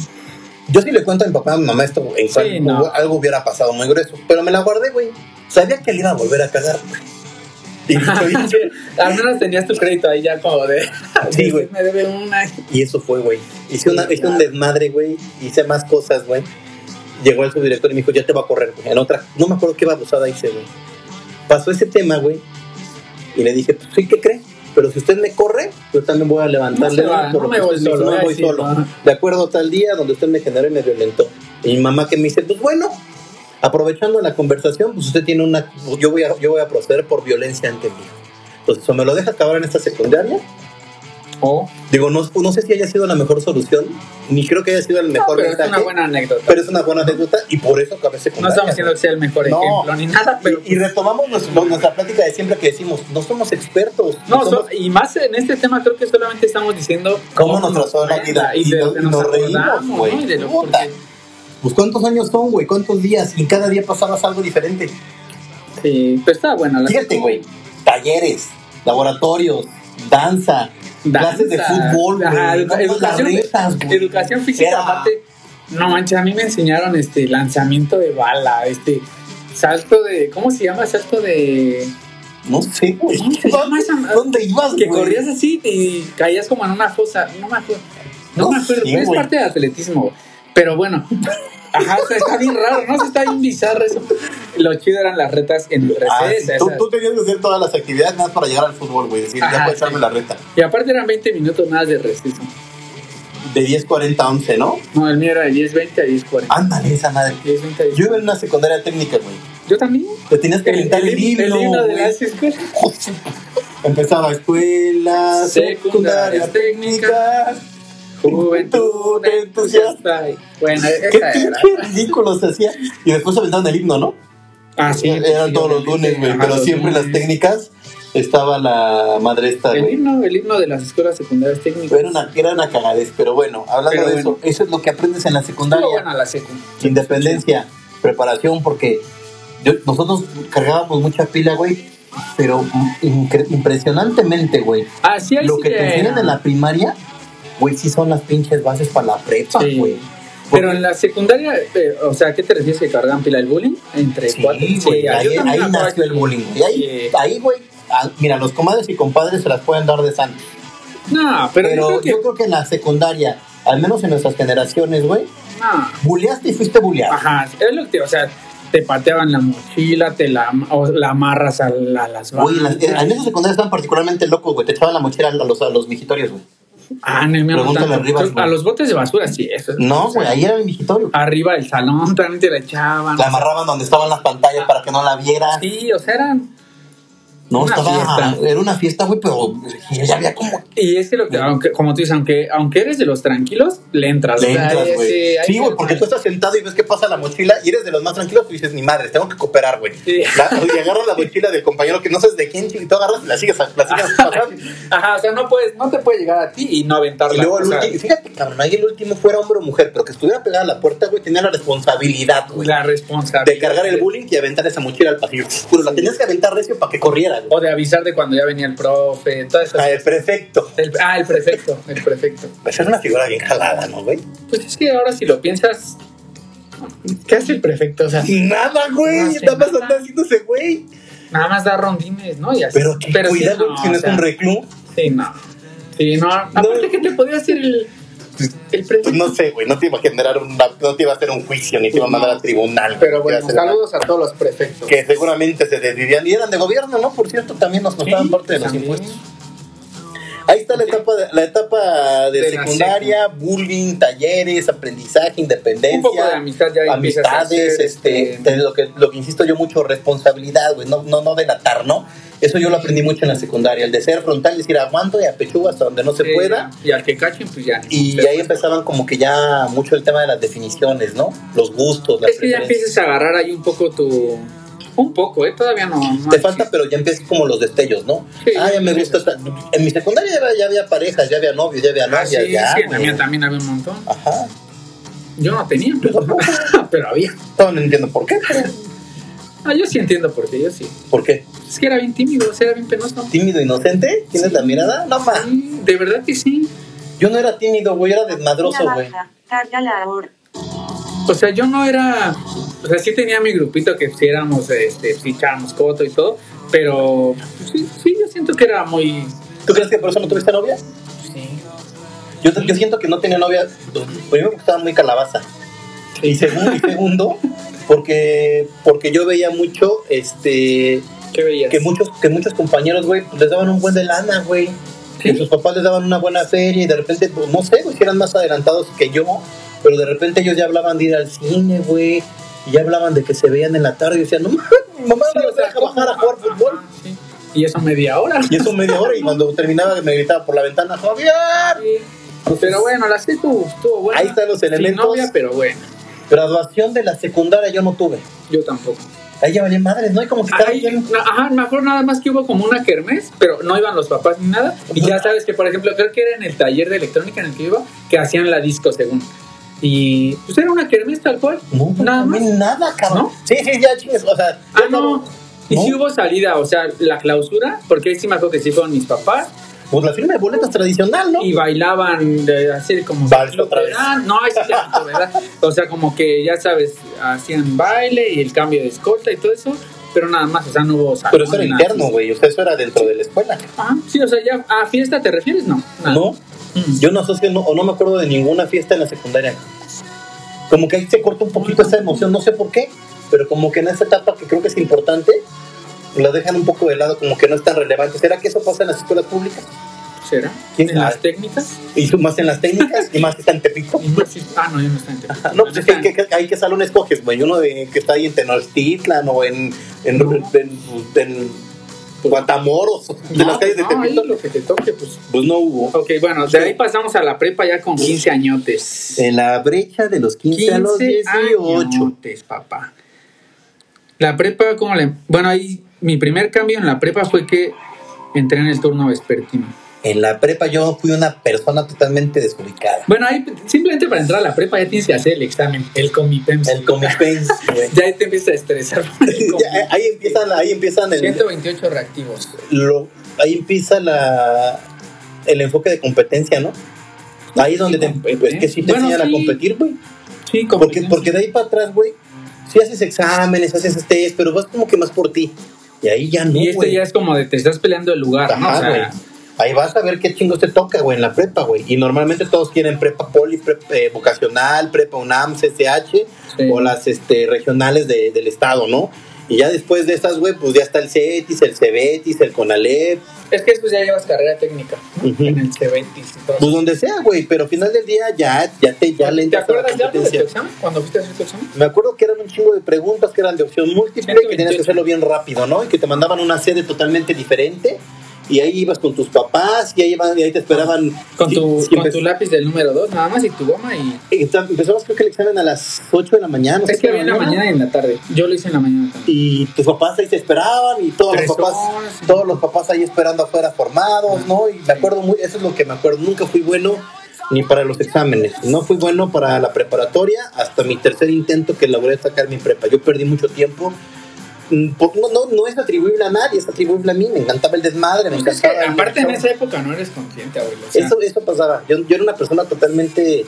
S2: Yo sí le cuento a mi papá, a mi mamá, esto, en
S3: Sí,
S2: cual
S3: no.
S2: hubo- algo hubiera pasado muy grueso. Pero me la guardé, güey. Sabía que le iba a volver a cagar. güey.
S3: [laughs]
S2: Y, dicho y hecho.
S3: Al menos tenías tu crédito ahí ya como de.
S2: Ah,
S3: [laughs]
S2: Sí, güey.
S3: Me debe una.
S2: Y eso fue, güey. Hice, una,
S3: Sí,
S2: hice un
S3: claro.
S2: desmadre, güey. Hice más cosas, güey. Llegó el subdirector y me dijo, ya te va a correr, güey. En otra, no me acuerdo qué babosada hice, güey. Pasó ese tema, güey. Y le dije, pues sí, ¿qué cree? Pero si usted me corre, yo también voy a
S3: No
S2: levantarle.
S3: se va,
S2: la mano por
S3: no
S2: lo
S3: me
S2: que
S3: voy
S2: usted
S3: solo,
S2: hizo, no
S3: eh,
S2: pues, voy
S3: sí,
S2: solo.
S3: no.
S2: De acuerdo, tal día donde usted me generó y me violentó. Y mi mamá que me dice, pues bueno, aprovechando la conversación, pues usted tiene una... Yo voy a, yo voy a proceder por violencia ante mi hijo. Entonces, o me lo deja acabar en esta secundaria,
S3: o
S2: Digo, no, no sé si haya sido la mejor solución, ni creo que haya sido el
S3: No,
S2: mejor
S3: pero es
S2: mensaje,
S3: una buena anécdota.
S2: pero es una buena anécdota y por eso que a veces
S3: no
S2: contagia.
S3: estamos diciendo que sea el mejor
S2: No.
S3: ejemplo ni nada, pero
S2: Y, y retomamos nos- lo- nuestra plática de siempre que decimos, no somos expertos.
S3: no,
S2: somos-
S3: so- y más en este tema creo que solamente estamos diciendo
S2: Cómo nos trazó la
S3: fue
S2: vida
S3: y,
S2: y
S3: de lo
S2: nos-
S3: que
S2: y
S3: nos,
S2: nos reímos,
S3: acordamos, ¿no?
S2: güey.
S3: Y de lo-
S2: Puta.
S3: porque-
S2: pues cuántos años son, güey, cuántos días y cada día pasabas algo diferente.
S3: sí, pero está buena la
S2: Fíjate, güey, talleres, laboratorios, danza, clases de
S3: danza,
S2: fútbol, güey.
S3: ajá,
S2: No,
S3: educa-
S2: no, las
S3: educación,
S2: retas, güey.
S3: educación física
S2: Era-
S3: aparte no manches a mí me enseñaron este lanzamiento de bala este salto de cómo se llama salto de
S2: No sé, güey.
S3: ¿Cómo se llama esa madre?
S2: ¿Dónde ibas,
S3: que
S2: güey?
S3: corrías así y caías como en una fosa no me acuerdo no,
S2: No
S3: me acuerdo
S2: sé,
S3: pero es
S2: güey.
S3: parte de atletismo güey. pero bueno ajá o sea, está bien raro no O sea, está bien bizarro eso lo chido eran las retas en el
S2: Ah,
S3: receso
S2: sí, tú, tú tenías que hacer todas las actividades nada más para llegar al fútbol, güey. Es decir,
S3: Ajá,
S2: ya puedo echarme
S3: sí.
S2: la reta.
S3: y aparte eran 20 minutos más de receso
S2: De 10.40 a 11, ¿no?
S3: no el mío era de 10.20 a 10.40
S2: Ándale, esa madre.
S3: 10:20 a 10:40.
S2: Yo iba en una secundaria técnica, güey.
S3: yo también
S2: Te tenías que inventar el, himno,
S3: de
S2: güey.
S3: las escuelas.
S2: [laughs] Empezaba escuela,
S3: Secundarias
S2: secundaria técnica,
S3: Juventud
S2: entusiasta.
S3: entusiasta. Bueno,
S2: Qué
S3: esa era.
S2: pinche ridículo se hacía. Y después aventaron el himno, ¿no?
S3: Ah, sí,
S2: Eran todos los lunes, güey.
S3: Ajá,
S2: Pero
S3: los
S2: siempre en las
S3: lunes.
S2: técnicas estaba la madre esta,
S3: El
S2: güey.
S3: himno, el himno de las escuelas secundarias técnicas.
S2: Era una, era una cagadez, pero bueno, hablando
S3: Pero
S2: de
S3: bueno.
S2: eso, eso es lo que aprendes en la secundaria.
S3: Estuvo buena la secu.
S2: Independencia, preparación, porque yo- nosotros cargábamos mucha pila, güey, pero incre- impresionantemente, güey.
S3: Ah, sí, ahí
S2: Lo
S3: sí
S2: que te
S3: era.
S2: enseñan en la primaria, güey, sí son las pinches bases para la prepa,
S3: Sí.
S2: güey.
S3: Pero en la secundaria, eh, o sea, ¿qué te refieres que cargan pila el bullying? Entre
S2: Sí,
S3: cuatro.
S2: güey,
S3: ah, yo
S2: ahí,
S3: también
S2: ahí
S3: me acuerdo
S2: nació el bullying. güey. Y ahí,
S3: Sí.
S2: ahí, güey, ah, mira, los comadres y compadres se las pueden dar de santo.
S3: No, pero,
S2: Pero,
S3: yo creo que.
S2: yo creo que en la secundaria, al menos en nuestras generaciones, güey,
S3: no.
S2: buleaste y fuiste buleado.
S3: Ajá, es lo que, te- o sea, te pateaban la mochila, te la, o la amarras a, la- a las
S2: Güey, las, eh,
S3: bancas.
S2: en esas secundarias están particularmente locos, güey. Te echaban la mochera a los, a los vigitorios, güey.
S3: Ah, no, mi amor,
S2: Pregúntale
S3: tanto.
S2: a Rivas,
S3: Yo- a
S2: güey.
S3: los botes de basura, sí, eso. es-
S2: No, güey, ahí era el vigitorio.
S3: Arriba del salón [laughs] también te la echaban.
S2: La amarraban donde estaban las pantallas para que no la vieras.
S3: Sí, o sea, eran...
S2: no,
S3: una
S2: estaba.
S3: fiesta.
S2: Era una fiesta, güey, pero ya había como.
S3: Y es que, lo que aunque, como tú dices, aunque, aunque eres de los tranquilos, le entras.
S2: Le
S3: o sea,
S2: entras,
S3: ahí
S2: güey.
S3: ahí
S2: Sí, güey, porque tú estás sentado y ves que pasa la mochila y eres de los más tranquilos. Tú dices, ni madre, tengo que cooperar, güey.
S3: Sí.
S2: La- Y agarras la mochila del compañero que no sabes de quién, y tú agarras y la sigues, la sigues
S3: Ah,
S2: pasando.
S3: Ajá, o sea, no, puedes, no te puede llegar a ti y no aventarla.
S2: Y luego el
S3: o sea,
S2: último, fíjate, cabrón, ahí el último fuera hombre o mujer, pero que estuviera pegada a la puerta, güey, tenía la responsabilidad, güey.
S3: la responsabilidad.
S2: de cargar el bullying y aventar esa mochila al pasillo. Pero la tenías que aventar recio para que corriera, güey.
S3: O de avisar de cuando ya venía el profe, todas esas...
S2: Ah, el prefecto.
S3: El- ah, el prefecto, el prefecto.
S2: Pues es una figura bien jalada, ¿no, güey?
S3: Pues es que ahora si lo piensas, ¿qué hace el prefecto? O sea,
S2: Nada, güey.
S3: No hace
S2: Nada más
S3: nada.
S2: anda haciéndose, güey.
S3: nada más da rondines, ¿no? Y así.
S2: Pero qué
S3: sí,
S2: cuidado si no
S3: o
S2: es
S3: sea,
S2: un reclú.
S3: Sí, no. Sí, no. Aparte que te podía hacer el, el
S2: Pues
S3: prefecto.
S2: no sé, güey. No te iba a generar una, no te iba a hacer un juicio ni te iba a mandar a tribunal. güey,
S3: Pero
S2: te iba a
S3: bueno,
S2: hacer
S3: saludos a todos los
S2: una-
S3: prefectos.
S2: Que seguramente se desvivían. Y eran de gobierno, ¿no? Por cierto, también nos costaban
S3: Sí,
S2: parte de los
S3: también.
S2: impuestos. Ahí está la etapa de, la etapa de,
S3: De la
S2: secundaria, bullying, talleres, aprendizaje, independencia.
S3: Un poco de amistad ya empiezas a
S2: amistades,
S3: hacer,
S2: este,
S3: este,
S2: de lo que lo que insisto yo mucho, responsabilidad, güey, no, no, no delatar, ¿no? Eso yo lo aprendí mucho en la secundaria, el de ser frontal, decir aguanto y apechugo hasta donde no se
S3: sí,
S2: pueda.
S3: Eh, Y al que cachen, pues ya.
S2: Y
S3: Pero
S2: ahí empezaban como que ya mucho el tema de las definiciones, ¿no? Los gustos, las
S3: Es que ya
S2: preferencias.
S3: empiezas a agarrar ahí un poco tu. Un poco, ¿eh? Todavía no. no
S2: Te
S3: hay-
S2: falta, pero ya empiezas como los destellos, ¿no?
S3: Sí,
S2: ah, ya me
S3: sí.
S2: gusta. esta- En mi secundaria ya, ya había parejas, ya había novios, ya había
S3: Ah, sí,
S2: novias, ya.
S3: sí, en la
S2: güey.
S3: mía también había un montón.
S2: Ajá.
S3: Yo no tenía,
S2: Yo
S3: pero, [laughs]
S2: tampoco.
S3: pero había.
S2: No, no entiendo por qué, pero.
S3: Ah, yo sí entiendo por qué, yo sí.
S2: ¿Por qué?
S3: Es que era bien tímido, o sea, era bien penoso.
S2: ¿Tímido, inocente? ¿Tienes la mirada? No, ma.
S3: Sí, de verdad que sí.
S2: Yo no era tímido, güey, era desmadroso,
S4: Una
S2: güey.
S4: baja. Cárgala ahora.
S3: O sea, yo no era. O sea, sí tenía mi grupito que si éramos, este, sí echábamos coto y todo. Pero pues, sí, sí, yo siento que era muy.
S2: ¿Tú crees que por eso no tuviste novia?
S3: Sí.
S2: Yo, yo siento que no tenía novia. Pues, Primero porque estaba muy calabaza. Y segundo, y segundo porque, porque yo veía mucho este
S3: ¿Qué veías?
S2: que muchos, que muchos compañeros, güey, pues, les daban un buen de lana, güey. Que sus papás les daban una buena feria y de repente, pues, no sé, güey, si eran más adelantados que yo, pero de repente ellos ya hablaban de ir al cine, güey. Y ya hablaban de que se veían en la tarde y decían, no mames, mi mamá
S3: Sí,
S2: no
S3: o sea,
S2: deja bajar a jugar
S3: ajá,
S2: fútbol.
S3: sí. y eso media hora.
S2: Y eso media hora y cuando terminaba me gritaba por la ventana, Javier.
S3: Pero bueno, la que estuvo, estuvo buena.
S2: Ahí están los
S3: Sin
S2: elementos.
S3: novia, pero bueno,
S2: Graduación de la secundaria yo no tuve.
S3: yo tampoco.
S2: Ahí ya valía madres, ¿no? Y como que cada
S3: Ahí,
S2: quien-
S3: no, ajá, me acuerdo nada más que hubo como una kermés, pero no iban los papás ni nada. Y ya sabes que, por ejemplo, creo que era en el taller de electrónica en el que iba, que hacían la disco según. Y pues era una kermés tal cual.
S2: No, pues, no,
S3: nada
S2: no hay
S3: más.
S2: nada, cabrón.
S3: ¿No?
S2: Sí, sí, ya chingues, o sea...
S3: Ah,
S2: yo
S3: no. Y
S2: ¿No?
S3: si hubo salida, o sea, la clausura, porque ahí sí me acuerdo que sí fueron mis papás
S2: Pues la firma de boletas tradicional, ¿no?
S3: y bailaban de, así como.
S2: Vals otra vez.
S3: Ah, No, ahí sí se cantó, ¿verdad? O sea, como que ya sabes, hacían baile y el cambio de escolta y todo eso, pero nada más, o sea, no hubo salida.
S2: Pero eso era interno, güey. O sea, eso era dentro de la escuela.
S3: Ah, sí, o sea, ya a fiesta te refieres, no. nada.
S2: ¿No?
S3: Mm.
S2: Yo no asocio, no, o no me acuerdo de ninguna fiesta en la secundaria. Como que ahí se corta un poquito esa emoción, no sé por qué, pero como que en esa etapa que creo que es importante, la dejan un poco de lado, como que no es tan relevante. ¿Será que eso pasa en las escuelas públicas?
S3: ¿Será?
S2: ¿Quién
S3: ¿En las
S2: sabe?
S3: técnicas?
S2: Y su- más en las técnicas y más que está en
S3: [laughs]
S2: Tepito.
S3: Y no existe- Ah, no, ya no está en técnicas.
S2: No, pues es
S3: Ya
S2: que,
S3: está
S2: que, que- ahí que salón escoges, güey. Uno de, que está ahí en Tenochtitlan o en, en,
S3: No.
S2: en- en Guatamoros, de
S3: No,
S2: las calles de
S3: no, ahí
S2: Tepito.
S3: lo que te toque, pues.
S2: Pues no hubo.
S3: Ok, bueno, de ahí pasamos a la prepa ya con 15 añotes.
S2: En la brecha de los 15, a los 18.
S3: añotes, papá. La prepa, ¿cómo le...? Bueno, ahí mi primer cambio en la prepa fue que entré en el turno vespertino.
S2: En la prepa yo fui una persona totalmente desubicada.
S3: Bueno, ahí simplemente para entrar a la prepa ya tienes que hacer el examen, el comipems.
S2: El Comic Pens, [laughs] güey.
S3: Ya ahí te empiezas a
S2: [laughs]
S3: estresar. por el
S2: Ya, eh,
S3: comipems.
S2: Ahí empiezan, ahí empiezan el,
S3: 128 reactivos.
S2: lo- ahí empieza la, el enfoque de competencia, ¿no? Ahí es donde te, pues, que sí te
S3: Bueno,
S2: enseñan
S3: sí.
S2: a competir, güey.
S3: Sí,
S2: Porque,
S3: competencia.
S2: porque de ahí para atrás, güey, sí haces exámenes, haces test, pero vas como que más por ti. Y ahí ya no,
S3: Y este
S2: güey.
S3: ya es como de te estás peleando el lugar, Ah, ¿no? O
S2: Ajá,
S3: sea,
S2: güey. Ahí vas a ver qué chingos te toca, güey, en la prepa, güey. Y normalmente todos quieren prepa poli, prepa eh, vocacional, prepa UNAM, CCH
S3: Sí.
S2: o las este, regionales de- del estado, ¿no? Y ya después de estas, güey, pues ya está el CETIS, el CEBETIS, el CONALEP,
S3: es que después ya llevas carrera técnica ¿no?
S2: Ujú.
S3: en el C20 y todo
S2: pues
S3: eso.
S2: donde sea, güey. Pero al final del día ya, ya te ya le
S3: ¿Te
S2: entras a la
S3: acuerdas ya de tu
S2: competencia.
S3: examen? Cuando fuiste a hacer tu examen.
S2: Me acuerdo que eran un chingo de preguntas que eran de opción múltiple, que tenías que hacerlo bien rápido, ¿no? Y que te mandaban una sede totalmente diferente. Y ahí ibas con tus papás y ahí, iban- y ahí te esperaban.
S3: Con
S2: si-
S3: tu,
S2: si
S3: con
S2: empe-
S3: tu lápiz del número 2, nada más y tu goma y.
S2: Eh, tam- Empezabas creo que el examen a las 8 de la mañana.
S3: Es
S2: siete
S3: que
S2: de
S3: había en la mañana y en la tarde. Yo lo hice en la mañana también.
S2: Y tus papás ahí te esperaban y todos
S3: Tres
S2: los papás,
S3: horas.
S2: todos los papás ahí esperando afuera formados, ¿no? Y me acuerdo muy, eso es lo que me acuerdo. Nunca fui bueno ni para los exámenes. No fui bueno para la preparatoria hasta mi tercer intento que logré sacar mi prepa. Yo perdí mucho tiempo. Mm, por- No, no, no es atribuible a nadie, es atribuible a mí. Me encantaba el desmadre, me
S3: Pues es que,
S2: encantaba. el-
S3: aparte en esa época no eres consciente, abuelo. o sea,
S2: eso, eso pasaba. Yo, yo era una persona totalmente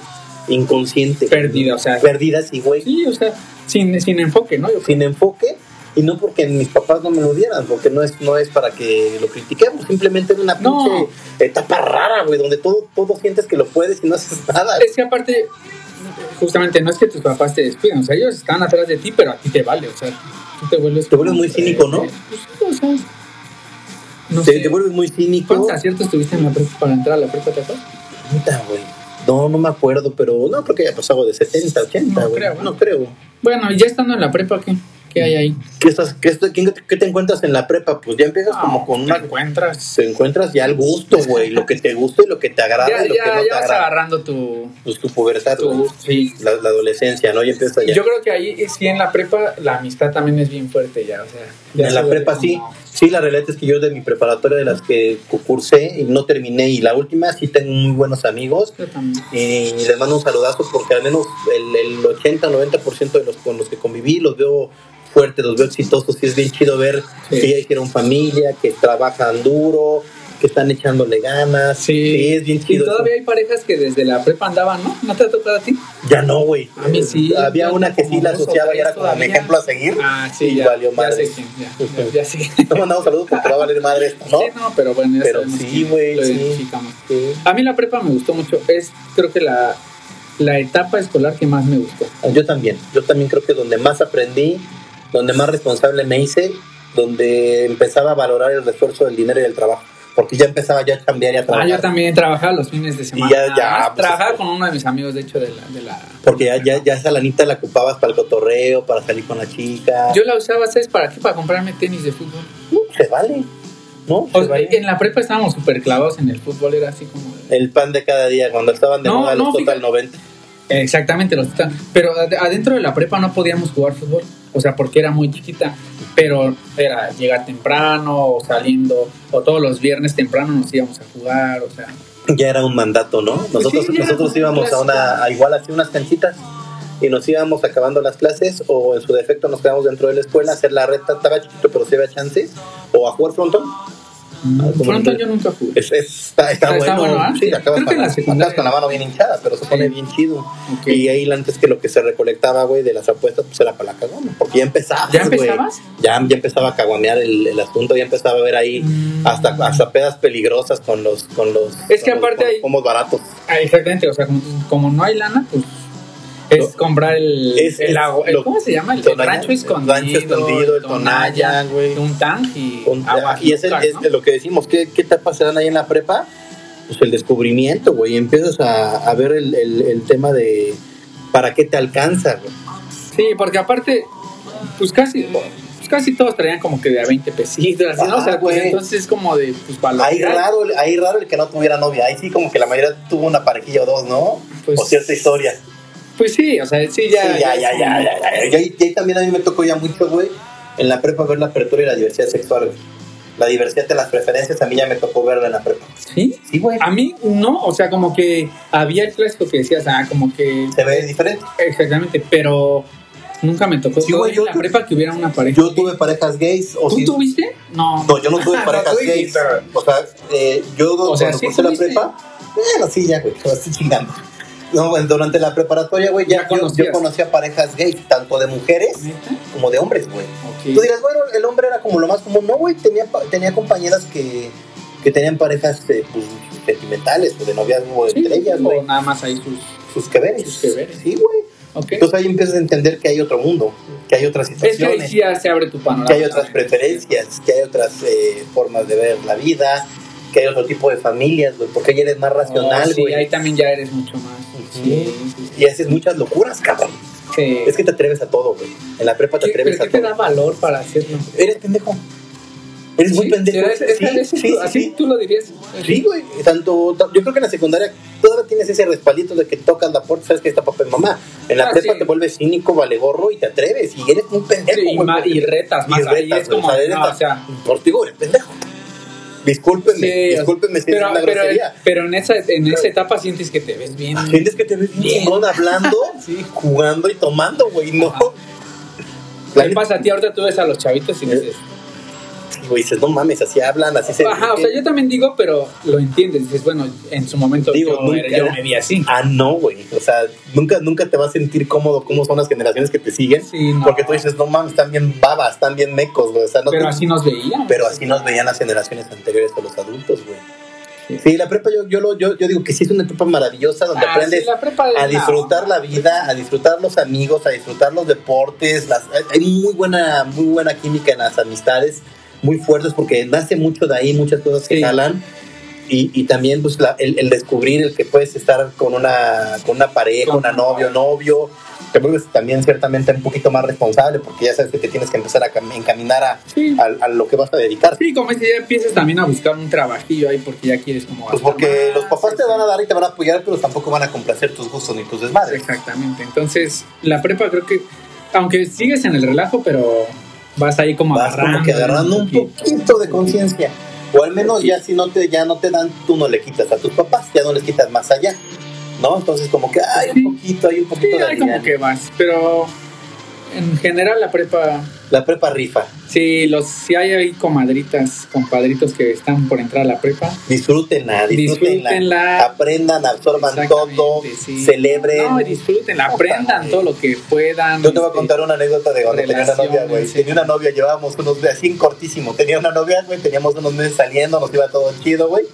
S2: inconsciente.
S3: Perdida, o sea.
S2: Perdida, sí, güey
S3: Sí, o sea, sin, sin enfoque, ¿no? Yo creo.
S2: sin enfoque y no porque mis papás no me lo dieran, porque no es no es para que lo critiquemos, simplemente era una pinche
S3: No.
S2: etapa rara, güey, donde todo todo sientes que lo puedes y no haces [laughs] nada.
S3: Es que aparte, justamente no es que tus papás te despidan, o sea, ellos están atrás de ti, pero a ti te vale, o sea, tú te vuelves.
S2: Te vuelves muy cínico, ¿no?
S3: Pues sí, o sea. No
S2: te,
S3: sé.
S2: te vuelves muy cínico.
S3: ¿Cuántos aciertos tuviste en la prepa para entrar a la prepa, te acuerdas?
S2: Puta, güey. No, no me acuerdo, pero no creo que haya pasado de 70, 80,
S3: No
S2: güey.
S3: creo, ¿no?
S2: no creo.
S3: Bueno, y ya estando en la prepa, ¿qué, ¿Qué hay ahí?
S2: ¿Qué, estás, qué, estás- quién- qué te encuentras en la prepa? Pues ya empiezas como con una...
S3: te encuentras.
S2: Te encuentras ya al gusto, güey, lo que te gusta y lo que te agrada
S3: [laughs] Ya,
S2: y lo
S3: ya,
S2: que no te
S3: ya vas
S2: agrada.
S3: agarrando tu.
S2: Pues tu pubertad,
S3: tu-
S2: güey.
S3: sí.
S2: La, la adolescencia, ¿no? Ya empiezas ya.
S3: Yo creo que ahí es que en la prepa la amistad también es bien fuerte ya, o sea. ya
S2: En
S3: se
S2: la
S3: vuelve
S2: prepa sí,
S3: como-
S2: sí, la realidad es que yo de mi preparatoria de las que cursé y no terminé y la última sí tengo muy buenos amigos
S3: Yo también.
S2: y les mando un saludazo porque al menos el, el 80-90% de los con los que conviví los veo fuertes, los veo exitosos y es bien chido ver
S3: Sí.
S2: que ya hicieron familia, que trabajan duro, que están echándole ganas,
S3: Sí.
S2: es bien
S3: Y
S2: chido. eso.
S3: todavía hay parejas que desde la prepa andaban, ¿no? ¿No te ha tocado a ti?
S2: Ya no, güey.
S3: A mí sí.
S2: Había
S3: Yo
S2: una que
S3: como
S2: sí la
S3: dos o
S2: asociaba y
S3: tres
S2: era como mi
S3: todavía.
S2: ejemplo a seguir.
S3: Ah, sí,
S2: y
S3: ya.
S2: valió
S3: Ya
S2: madre.
S3: sé quién, ya, ya, ya sé.
S2: No mandamos saludos porque va a valer madre esto, [laughs] ¿no?
S3: Sí, no, pero bueno, ya
S2: Pero
S3: sabemos
S2: sí,
S3: quién
S2: güey,
S3: lo
S2: sí.
S3: identificamos.
S2: Sí.
S3: A mí la prepa me gustó mucho. Es, creo que la, la etapa escolar que más me gustó.
S2: Yo también, yo también creo que donde más aprendí, donde más responsable me hice, donde empezaba a valorar el esfuerzo del dinero y del trabajo, porque ya empezaba ya a cambiar y a
S3: Ah,
S2: trabajar.
S3: yo también trabajaba los fines de semana.
S2: ya-
S3: nada
S2: ya,
S3: más.
S2: pues,
S3: trabajaba
S2: es-
S3: con uno de mis amigos, de hecho, de la... De la
S2: Porque ya, ya, ya esa lanita la ocupabas para el cotorreo, para salir con la chica.
S3: Yo la usaba, ¿sabes para qué? Para comprarme tenis de fútbol.
S2: No, se vale. ¿no?
S3: O
S2: Se
S3: sea,
S2: vaya.
S3: en la prepa estábamos súper clavados en el fútbol, era así como...
S2: El pan de cada día, cuando estaban de
S3: No,
S2: moda
S3: no,
S2: los Total
S3: fíjate.
S2: 90.
S3: Exactamente, los Titans. Pero ad- adentro de la prepa no podíamos jugar fútbol, o sea, porque era muy chiquita. Pero era llegar temprano, o saliendo, o todos los viernes temprano nos íbamos a jugar, o sea.
S2: Ya era un mandato, ¿no? Nosotros,
S3: sí, ya era
S2: nosotros
S3: como
S2: íbamos a una,
S3: clásico.
S2: a igual así unas canchitas y nos íbamos acabando las clases o en su defecto nos quedamos dentro de la escuela a hacer la recta, estaba chiquito pero sí había chance, o a jugar frontón. Ah, como
S3: Pronto
S2: el-
S3: yo nunca jugué.
S2: Es, es- está, está
S3: Está- está
S2: bueno,
S3: bueno, ¿ah?
S2: sí, acabas
S3: Creo que en la
S2: acabas
S3: secundaria.
S2: con la mano bien hinchada, pero se pone
S3: Sí.
S2: bien chido.
S3: Ok.
S2: Y ahí antes que lo que se recolectaba, güey, de las apuestas, pues era para la cagona, porque ya empezabas,
S3: ¿Ya
S2: güey.
S3: empezabas?
S2: Ya, ya empezaba a caguamear el, el asunto, ya empezaba a ver ahí
S3: Mm.
S2: hasta, hasta pedas peligrosas con los... Con los
S3: Es que
S2: con los-
S3: aparte
S2: con los
S3: ahí-
S2: pomos baratos.
S3: Ah, exactamente, o sea, como, como no hay lana, pues es
S2: Lo-
S3: comprar el,
S2: es-
S3: el
S2: es
S3: agua- el-
S2: lo-
S3: ¿Cómo se llama? El,
S2: tonalla-
S3: rancho
S2: el
S3: escondido.
S2: rancho escondido, el tonalla, güey.
S3: Un tank y
S2: Con-
S3: agua.
S2: y es, el-
S3: azúcar,
S2: es
S3: ¿no?
S2: de lo que decimos, ¿qué, qué etapas se dan ahí en la prepa? Pues el descubrimiento, güey, empiezas a, a ver el, el- el tema de para qué te alcanza, güey.
S3: Sí, porque aparte, pues casi, pues casi todos traían como que de a 20 pesitos, así, ¿no? O sea,
S2: Ah,
S3: pues
S2: güey.
S3: entonces es como de, pues para lo
S2: Ahí
S3: que hay.
S2: raro, el- ahí raro el que no tuviera novia, ahí sí como que la mayoría tuvo una parejilla o dos, ¿no?
S3: Pues-
S2: o cierta historia.
S3: Pues sí, o sea, sí, ya.
S2: Sí, ya, ya,
S3: es
S2: ya,
S3: como-
S2: ya, ya. Y ahí, y ahí también a mí me tocó ya mucho, güey, en la prepa ver la apertura y la diversidad sexual, güey. La diversidad de las preferencias a mí ya me tocó verla en la prepa.
S3: Sí.
S2: Sí, güey.
S3: A mí no, o sea, como que había el clásico que decías, ah, como que.
S2: Se ve diferente.
S3: Exactamente, pero nunca me tocó.
S2: Sí, güey,
S3: todavía
S2: yo
S3: en la
S2: tu-
S3: prepa que hubiera una pareja.
S2: Yo tuve parejas gays. O
S3: ¿Tú
S2: sí-
S3: tuviste? No.
S2: No, yo no tuve parejas
S3: [laughs] No, tú
S2: gays.
S3: dijiste.
S2: O sea, eh, yo
S3: O sea,
S2: cuando
S3: sí
S2: cursé la
S3: tuviste.
S2: prepa, bueno, sí, ya, güey, lo estoy chingando. No, güey, durante la preparatoria, güey, ya,
S3: Ya
S2: yo- yo,
S3: conocías.
S2: conocía parejas gays, tanto de mujeres
S3: ¿Neta?
S2: como de hombres, güey.
S3: Ok.
S2: Tú dirás, bueno, el hombre era como lo más común. No, güey, tenía, pa- tenía compañeras que, que tenían parejas eh, pues, sentimentales, o de noviazgo
S3: Sí,
S2: entre ellas,
S3: o
S2: güey.
S3: nada más ahí sus.
S2: Sus que veres.
S3: Sus que veres.
S2: Sí, güey.
S3: Ok.
S2: Entonces ahí empiezas a entender que hay otro mundo, que hay otras
S3: Es que
S2: situaciones
S3: ahí sí ya se abre tu panorama.
S2: que hay otras preferencias, que hay otras eh, formas de ver la vida, que hay otro tipo de familias, güey, porque ahí eres más racional,
S3: Oh, sí,
S2: güey.
S3: ahí también ya eres mucho más.
S2: Ujú.
S3: Sí, sí, sí.
S2: Y haces muchas locuras, cabrón.
S3: Sí.
S2: Es que te atreves a todo, güey. En la prepa te
S3: ¿Qué-
S2: atreves
S3: pero
S2: a
S3: qué te
S2: todo.
S3: da valor para hacerlo?
S2: Eres pendejo. Eres muy
S3: Sí,
S2: pendejo.
S3: es- es- es-
S2: Sí, sí,
S3: así
S2: sí.
S3: tú lo dirías.
S2: Sí, güey. Tanto, ta- yo creo que en la secundaria todavía tienes ese respaldito de que tocas la puerta, sabes que está papá y mamá. En la
S3: Ah,
S2: prepa
S3: sí.
S2: te vuelves cínico, vale gorro y te atreves. Y eres un pendejo,
S3: Sí, y,
S2: güey,
S3: ma-
S2: porque
S3: y retas más.
S2: Y
S3: ahí
S2: retas,
S3: es
S2: güey,
S3: como,
S2: o sea, eres
S3: no,
S2: la-
S3: o sea,
S2: Por ti, güey, pendejo. Discúlpeme,
S3: sí,
S2: discúlpeme si
S3: pero,
S2: es una
S3: pero-
S2: grosería.
S3: pero en esa, en esa etapa sientes que te ves bien.
S2: Sientes que te ves bien
S3: Sí.
S2: chingón hablando,
S3: Sí.
S2: jugando y tomando, güey, no.
S3: Ajá.
S2: La
S3: ¿Qué
S2: neta, Eh,
S3: pasa a ti? Ahorita tú ves a los chavitos y dices.
S2: güey, dices, no mames, así hablan, así se...
S3: Ajá, o sea, yo también digo, pero lo entiendes. Dices, bueno, en su momento
S2: Digo,
S3: yo, era-
S2: nunca.
S3: yo me vi así.
S2: Ah, no, güey. O sea, nunca, nunca te vas a sentir cómodo cómo son las generaciones que te siguen.
S3: Sí, no.
S2: Porque tú dices, no mames, están bien babas, están bien mecos, güey. O sea, no
S3: pero
S2: te-
S3: así nos veían.
S2: pero así nos veían las generaciones anteriores o los adultos, güey. Sí, la prepa yo, yo, lo- yo, yo digo que sí es una etapa maravillosa donde
S3: Ah,
S2: aprendes
S3: sí, la prepa de-
S2: a
S3: no.
S2: disfrutar la vida, a disfrutar los amigos, a disfrutar los deportes. Las, hay muy buena, muy buena química en las amistades, muy fuertes, porque nace mucho de ahí, muchas cosas que
S3: Sí.
S2: jalan. Y, y también pues, la- el, el descubrir el que puedes estar con una, con una pareja,
S3: Con-
S2: una novia, un novio. Te vuelves también ciertamente un poquito más responsable, porque ya sabes que te tienes que empezar a cam- encaminar a,
S3: Sí.
S2: a- a lo que vas a dedicar.
S3: Sí, como este, ya empiezas también a buscar un trabajillo ahí porque ya quieres como...
S2: Pues
S3: gastar
S2: porque
S3: más,
S2: los papás te
S3: sí,
S2: van a dar y te van a apoyar, pero tampoco van a complacer tus gustos ni tus
S3: sí.
S2: desmadres.
S3: Exactamente, entonces la prepa creo que, aunque sigues en el relajo, pero vas ahí como
S2: Vas como que agarrando un
S3: poquito.
S2: poquito de conciencia. O al menos ya si no te, ya no te dan, tú no le quitas a tus papás, ya no les quitas más allá. ¿No? Entonces como que hay
S3: Sí.
S2: un poquito, hay un
S3: Sí,
S2: poquito de
S3: ahí como
S2: aliviano.
S3: que vas, pero en general la prepa,
S2: La prepa rifa.
S3: sí, los, si hay ahí comadritas, compadritos que están por entrar a la prepa,
S2: Disfrútenla, disfrútenla.
S3: Disfrútenla.
S2: Aprendan, absorban
S3: Exactamente,
S2: todo,
S3: sí.
S2: celebren.
S3: no, disfruten, aprendan
S2: madre.
S3: todo lo que puedan.
S2: Yo te voy a
S3: este,
S2: contar una anécdota de cuando tenía una novia, güey.
S3: Relaciones, sí.
S2: Tenía una novia, llevábamos unos días, así en cortísimo. Tenía una novia, güey, teníamos unos meses saliendo, nos iba todo chido, güey.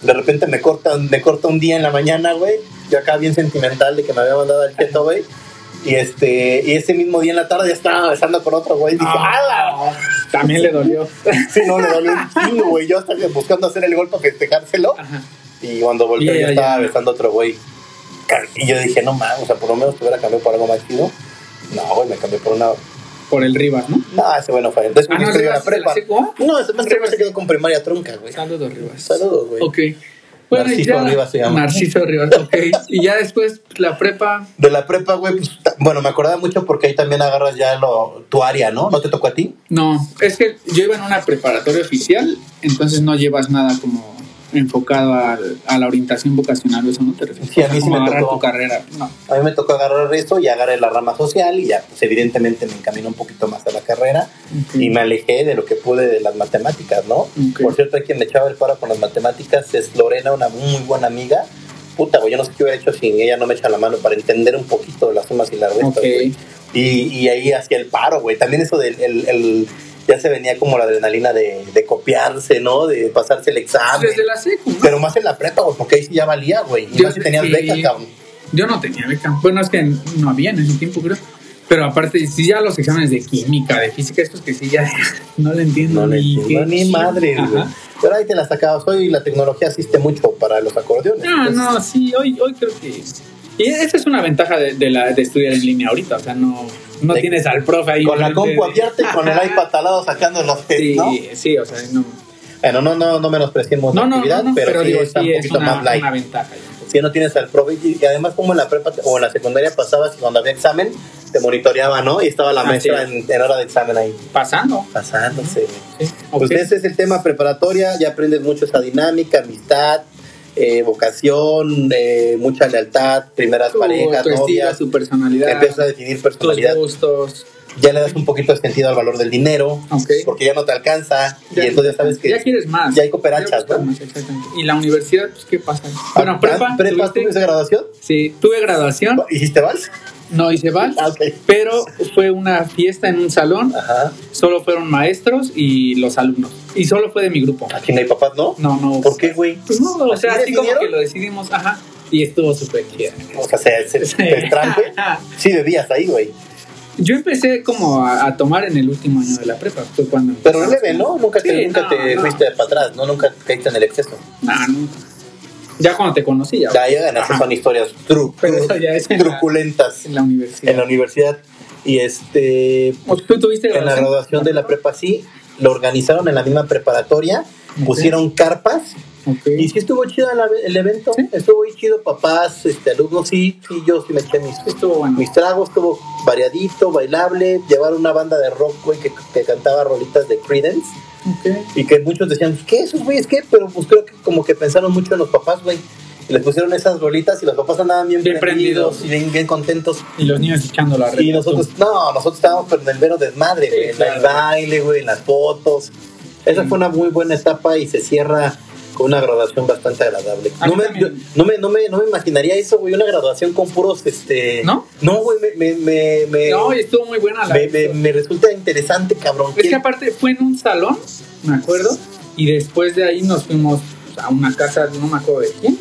S2: De repente me corta, me corta un día en la mañana, güey. Yo acá bien sentimental de que me había mandado al cheto, güey. Y este, y ese mismo día en la tarde ya estaba besando con otro, güey. Dije, ¡ala!
S3: Ah, también le
S2: [laughs]
S3: dolió.
S2: Sí, no, le dolió un chingo, güey. Yo estaba buscando hacer el gol para festejárselo.
S3: Ajá.
S2: Y cuando volteé
S3: Y
S2: ya
S3: ella
S2: estaba
S3: ya.
S2: besando a otro güey. Car- Y yo dije, no mames, o sea, por lo menos te hubiera cambiado por algo más chido. No, güey, me cambié por una
S3: por el Rivas, ¿no?
S2: No, ese bueno fue. Después
S3: Ah, no,
S2: que estudió
S3: Rivas
S2: la
S3: es de la
S2: prepa.
S3: secu,
S2: No, ese maestro se quedó con primaria trunca, güey.
S3: Saludos, Rivas.
S2: Saludos, güey.
S3: Ok.
S2: Narciso
S3: y
S2: Rivas se llama.
S3: Narciso Rivas, ok. y ya después la prepa,
S2: De la prepa, güey, pues, ta- bueno, me acordaba mucho porque ahí también agarras ya lo, tu área, ¿no? ¿No te tocó a ti?
S3: no, es que yo iba en una preparatoria oficial, entonces no llevas nada como enfocado al- a, la orientación vocacional, eso no te refieres.
S2: Sí, a mí sí
S3: Como
S2: me
S3: agarrar
S2: tocó.
S3: tu carrera. No.
S2: A mí me tocó agarrar eso y agarré la rama social y ya, pues evidentemente me encaminé un poquito más a la carrera
S3: Ok.
S2: y me alejé de lo que pude de las matemáticas, ¿no?
S3: Ok.
S2: Por cierto, quien me echaba el paro con las matemáticas es Lorena, una muy buena amiga. Puta, güey, yo no sé qué hubiera hecho sin ella, no me echa la mano para entender un poquito las sumas y las restas,
S3: Ok.
S2: güey. Y, y ahí hacía el paro, güey. También eso del el- el- ya se venía como la adrenalina de, de copiarse, ¿no? De pasarse el examen.
S3: Desde la secu, ¿no?
S2: Pero más en la prepa, güey, porque ahí sí ya valía, güey. Y
S3: Yo
S2: más si
S3: sé
S2: tenías
S3: que-
S2: beca, cabrón.
S3: Yo no tenía beca. Bueno, es que no había en ese tiempo, creo. Pero aparte, sí, ya los exámenes de química, de física, estos que sí, ya [laughs] no le entiendo.
S2: No le
S3: ni
S2: entiendo
S3: qué
S2: ni
S3: chi-
S2: madre,
S3: Ajá.
S2: güey. Pero ahí te la sacabas hoy y la tecnología asiste mucho para los acordeones.
S3: Ah, No,
S2: Pues,
S3: no, sí, hoy, hoy creo que. Y esa es una ventaja de, de la, de estudiar en línea ahorita. O sea, no, no
S2: De-
S3: tienes al profe ahí.
S2: Con la
S3: enfrente
S2: compu
S3: de-
S2: abierta y con el iPad al lado sacando los
S3: Sí,
S2: ¿no?
S3: sí, o sea, no.
S2: Bueno, no, no, no menospreciemos
S3: No,
S2: la
S3: no, no,
S2: actividad,
S3: no,
S2: pero,
S3: pero
S2: sí
S3: digo,
S2: está
S3: sí
S2: un
S3: es
S2: poquito
S3: una,
S2: más light.
S3: una ventaja. ya.
S2: Si no tienes al profe, y y además como en la prepa o en la secundaria pasabas y cuando había examen, te monitoreaba, ¿no? Y estaba la
S3: Así
S2: maestra
S3: es.
S2: en, en hora de examen ahí,
S3: Pasando.
S2: pasándose, güey.
S3: Sí,
S2: Pues
S3: ok.
S2: ese es el tema preparatoria, ya aprendes mucho esa dinámica, amistad, eh, vocación, eh, mucha lealtad, primeras
S3: Tu-
S2: parejas,
S3: tu estilo,
S2: novias,
S3: tu personalidad.
S2: empiezas a definir
S3: tus
S2: personalidad,
S3: gustos.
S2: ya le das un poquito de sentido al valor del dinero,
S3: Ok.
S2: porque ya no te alcanza,
S3: Ya-
S2: y entonces ya sabes que
S3: Ya quieres más.
S2: ya hay cooperachas,
S3: Ya buscas
S2: ¿no?
S3: más, exactamente. Y la universidad, pues, ¿qué pasa?
S2: Ah,
S3: Bueno,
S2: prepa
S3: prepa. tuviste- ¿Ah?
S2: ¿tuviste graduación?
S3: Sí, tuve graduación.
S2: ¿Hiciste vals?
S3: No hice vals.
S2: Ah, ok.
S3: Pero fue una fiesta en un salón.
S2: Ajá.
S3: Solo fueron maestros y los alumnos. Y solo fue de mi grupo.
S2: Aquí no hay papás, ¿no?
S3: No, no.
S2: ¿Por qué, güey?
S3: Pues no, o
S2: ¿Así
S3: sea, así como
S2: decidieron?
S3: que lo decidimos, ajá. Y estuvo súper bien.
S2: O sea, se, se,
S3: Sí.
S2: te estranque. Sí, bebías ahí, güey.
S3: Yo empecé como a, a tomar en el último año de la prepa. Fue cuando
S2: Pero leve, ¿no? Nunca te,
S3: Sí,
S2: nunca
S3: no,
S2: te
S3: no.
S2: fuiste para atrás, ¿no? Nunca caíste en el exceso.
S3: Nah, nunca. Ya cuando te conocí, ya.
S2: Ya, ya ganaste,
S3: Ajá.
S2: son historias tru-
S3: Pero eso ya es en la-
S2: truculentas
S3: En la universidad.
S2: en la universidad. Y este,
S3: O ¿Tú tuviste
S2: en la graduación de la prepa sí, lo organizaron en la misma preparatoria,
S3: Ok.
S2: pusieron carpas
S3: Ok.
S2: y sí estuvo chido la- el evento,
S3: Sí.
S2: estuvo muy chido, papás, este, alumnos, sí, sí, yo sí me eché mis,
S3: Estuvo bueno.
S2: mis tragos, estuvo variadito, bailable, llevaron una banda de rock, güey, que, que cantaba rolitas de Creedence
S3: Ok.
S2: y que muchos decían, ¿qué esos güeyes qué? Pero pues creo que como que pensaron mucho en los papás, güey. Y les pusieron esas rolitas y los papás andaban bien,
S3: Bien
S2: prendidos
S3: prendidos.
S2: y bien, bien contentos.
S3: Y los niños echando la red.
S2: Y nosotros, no, nosotros estábamos pero en el vero desmadre,
S3: Sí,
S2: güey. en
S3: claro.
S2: el baile, güey, en las fotos. Esa
S3: Sí.
S2: fue una muy buena etapa y se cierra con una graduación bastante agradable.
S3: A
S2: No
S3: mí
S2: me,
S3: también.
S2: yo- no, me, no, me, no me imaginaría eso, güey, una graduación con puros, este...
S3: ¿No?
S2: No, güey, me, me, me, me,
S3: No, y estuvo muy buena la
S2: me, me- me resulta interesante, cabrón.
S3: Es que aparte fue en un salón, me acuerdo, y después de ahí nos fuimos a una casa, no me acuerdo de quién,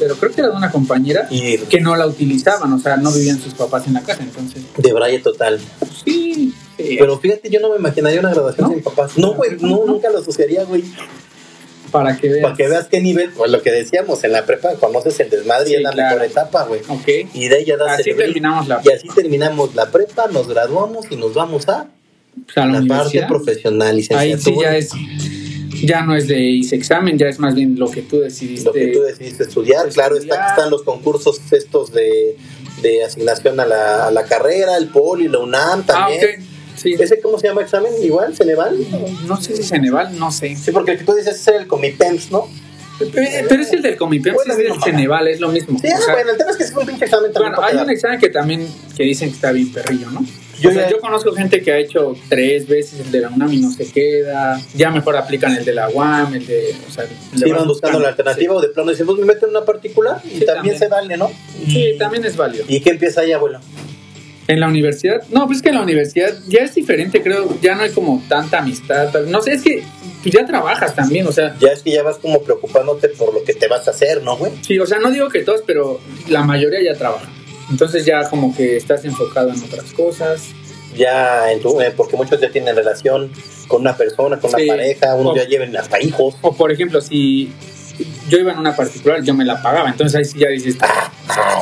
S3: pero creo que era de una compañera
S2: Y
S3: que no la utilizaban, o sea, no vivían sus papás en la casa, entonces. pues,
S2: de braille total.
S3: Sí, sí.
S2: Pero fíjate, yo no me imaginaría una graduación
S3: ¿No?
S2: sin papás. No, güey, no, nunca lo asociaría, güey.
S3: para que veas.
S2: Para que veas qué nivel, pues lo que decíamos, en la prepa conoces el desmadre y
S3: Sí,
S2: es la
S3: claro.
S2: mejor etapa, güey.
S3: Ok.
S2: Y de ella das
S3: Así
S2: cerebrito.
S3: terminamos la
S2: Y así terminamos la prepa, nos graduamos y nos vamos a
S3: pues, a la
S2: la, parte
S3: universidad.
S2: profesional.
S3: Ahí sí
S2: licenciatura,
S3: ya es. Ya no es de hice examen, ya es más bien lo que tú decidiste.
S2: Lo que tú decidiste estudiar,
S3: pues,
S2: claro, está,
S3: estudiar.
S2: están los concursos estos de, de asignación a la, a la carrera, el poli, la UNAM
S3: ah,
S2: también.
S3: ok. Sí.
S2: ¿Ese cómo se llama examen? ¿Igual? ¿Ceneval?
S3: No sé si Ceneval, no sé.
S2: Sí, porque el que tú dices es el Comipems, ¿no?
S3: Eh, Pero es el del Comipem,
S2: Bueno,
S3: es el
S2: no,
S3: del
S2: mamá.
S3: Ceneval, es lo mismo.
S2: Sí, ah,
S3: O sea,
S2: bueno, el tema es que es un pinche examen también.
S3: Bueno,
S2: para
S3: hay
S2: quedar.
S3: un examen que también que dicen que está bien perrillo, ¿no?
S2: Yo
S3: Yo, sea,
S2: ya-
S3: yo conozco gente que ha hecho tres veces el de la UNAM y no se queda. Ya mejor aplican el de la UAM, el de. O sea,
S2: Sí, van buscando la alternativa o de plano dicen, pues me meto en una particular y
S3: Sí,
S2: también,
S3: también.
S2: se vale, ¿no?
S3: Sí. Sí, también es válido.
S2: ¿Y qué empieza ahí, abuelo?
S3: En la universidad, no, pues es que en la universidad ya es diferente, creo. Ya no hay como tanta amistad. tal- No sé, es que pues, ya trabajas también, o sea.
S2: Ya es que ya vas como preocupándote por lo que te vas a hacer, ¿no, güey?
S3: Sí, o sea, no digo que todos, pero la mayoría ya trabaja. Entonces ya como que estás enfocado en otras cosas.
S2: Ya, en tu- eh, porque muchos ya tienen relación con una persona, con una
S3: Sí.
S2: pareja, unos
S3: O-
S2: ya lleven hasta hijos.
S3: O por ejemplo, si yo iba en una particular, yo me la pagaba. Entonces ahí sí ya dices, "Ah,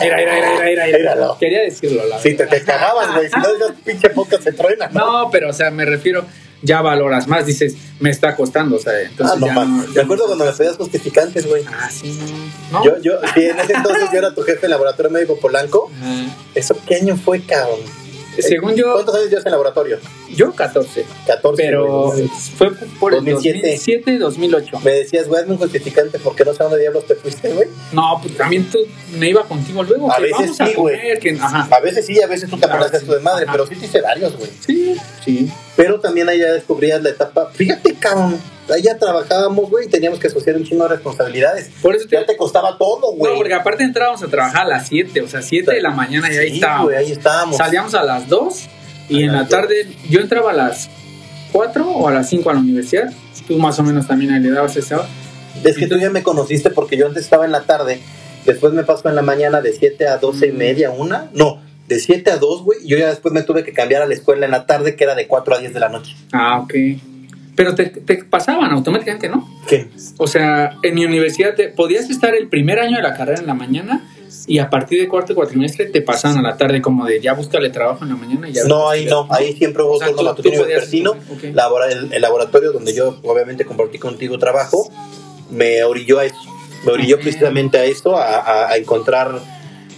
S3: era, era, era, era, era, era.
S2: Éralo.
S3: Quería decirlo, la
S2: Sí, te,
S3: verdad.
S2: te cagabas, güey. Si no, esas pinche podcast se truena.
S3: No, pero o sea, me refiero, ya valoras más, dices, me está costando, o sea, entonces
S2: Ah, no,
S3: ya
S2: man.
S3: no-
S2: Me acuerdo cuando las pedías justificantes, güey.
S3: Ah, sí, no.
S2: Yo, yo, sí, en ese entonces yo era tu jefe de laboratorio médico polanco.
S3: Ah,
S2: ¿Eso qué año fue, cabrón?
S3: según yo,
S2: ¿Cuántos años llevas en laboratorio?
S3: yo 14,
S2: 14.
S3: pero
S2: güey.
S3: fue por el
S2: 2007.
S3: 2007, 2008.
S2: Me decías, güey, hazme un justificante porque no sé a dónde diablos te fuiste, güey.
S3: No, pues también tú me iba contigo luego.
S2: A
S3: que
S2: veces
S3: vamos a
S2: sí, güey.
S3: comer, que- Ajá.
S2: A veces sí, a veces tú te
S3: Claro,
S2: acordaste
S3: Ah, sí.
S2: tú de madre,
S3: Ajá.
S2: pero sí te hice varios, güey.
S3: Sí, sí.
S2: Pero también allá descubrías la etapa. Fíjate, cabrón. Allá trabajábamos, güey, y teníamos que asociar un chingo de responsabilidades.
S3: Por eso te-
S2: Ya te costaba todo, güey.
S3: No, porque aparte entrábamos a trabajar a las 7, o sea, 7 de la mañana y ahí
S2: Sí,
S3: estábamos.
S2: güey, ahí estábamos.
S3: Salíamos a las 2
S2: A
S3: y en la
S2: las dos.
S3: tarde yo entraba a las 4 o a las 5 a la universidad. Tú más o menos también ahí le dabas esa hora.
S2: Es que tú ya me conociste porque yo antes estaba en la tarde, después me paso en la mañana de 7 a 12 y
S3: Mm.
S2: media, una. No, de 7 a 2, güey. y Yo ya después me tuve que cambiar a la escuela en la tarde, que era de 4 a 10 de la noche.
S3: Ah, ok. Pero te, te pasaban automáticamente, ¿no?
S2: ¿Qué?
S3: O sea, en mi universidad te, podías estar el primer año de la carrera en la mañana y a partir de cuarto cuatrimestre te pasaban a la tarde como de ya búscale trabajo en la mañana y ya...
S2: No, ahí no. Ahí siempre hubo
S3: O sea,
S2: turno
S3: tú-
S2: matutino y
S3: tú podías-
S2: vespertino.
S3: ok.
S2: Labora- el, el laboratorio donde yo obviamente compartí contigo trabajo me orilló a eso. Me orilló
S3: Ok.
S2: precisamente a esto, a, a- a encontrar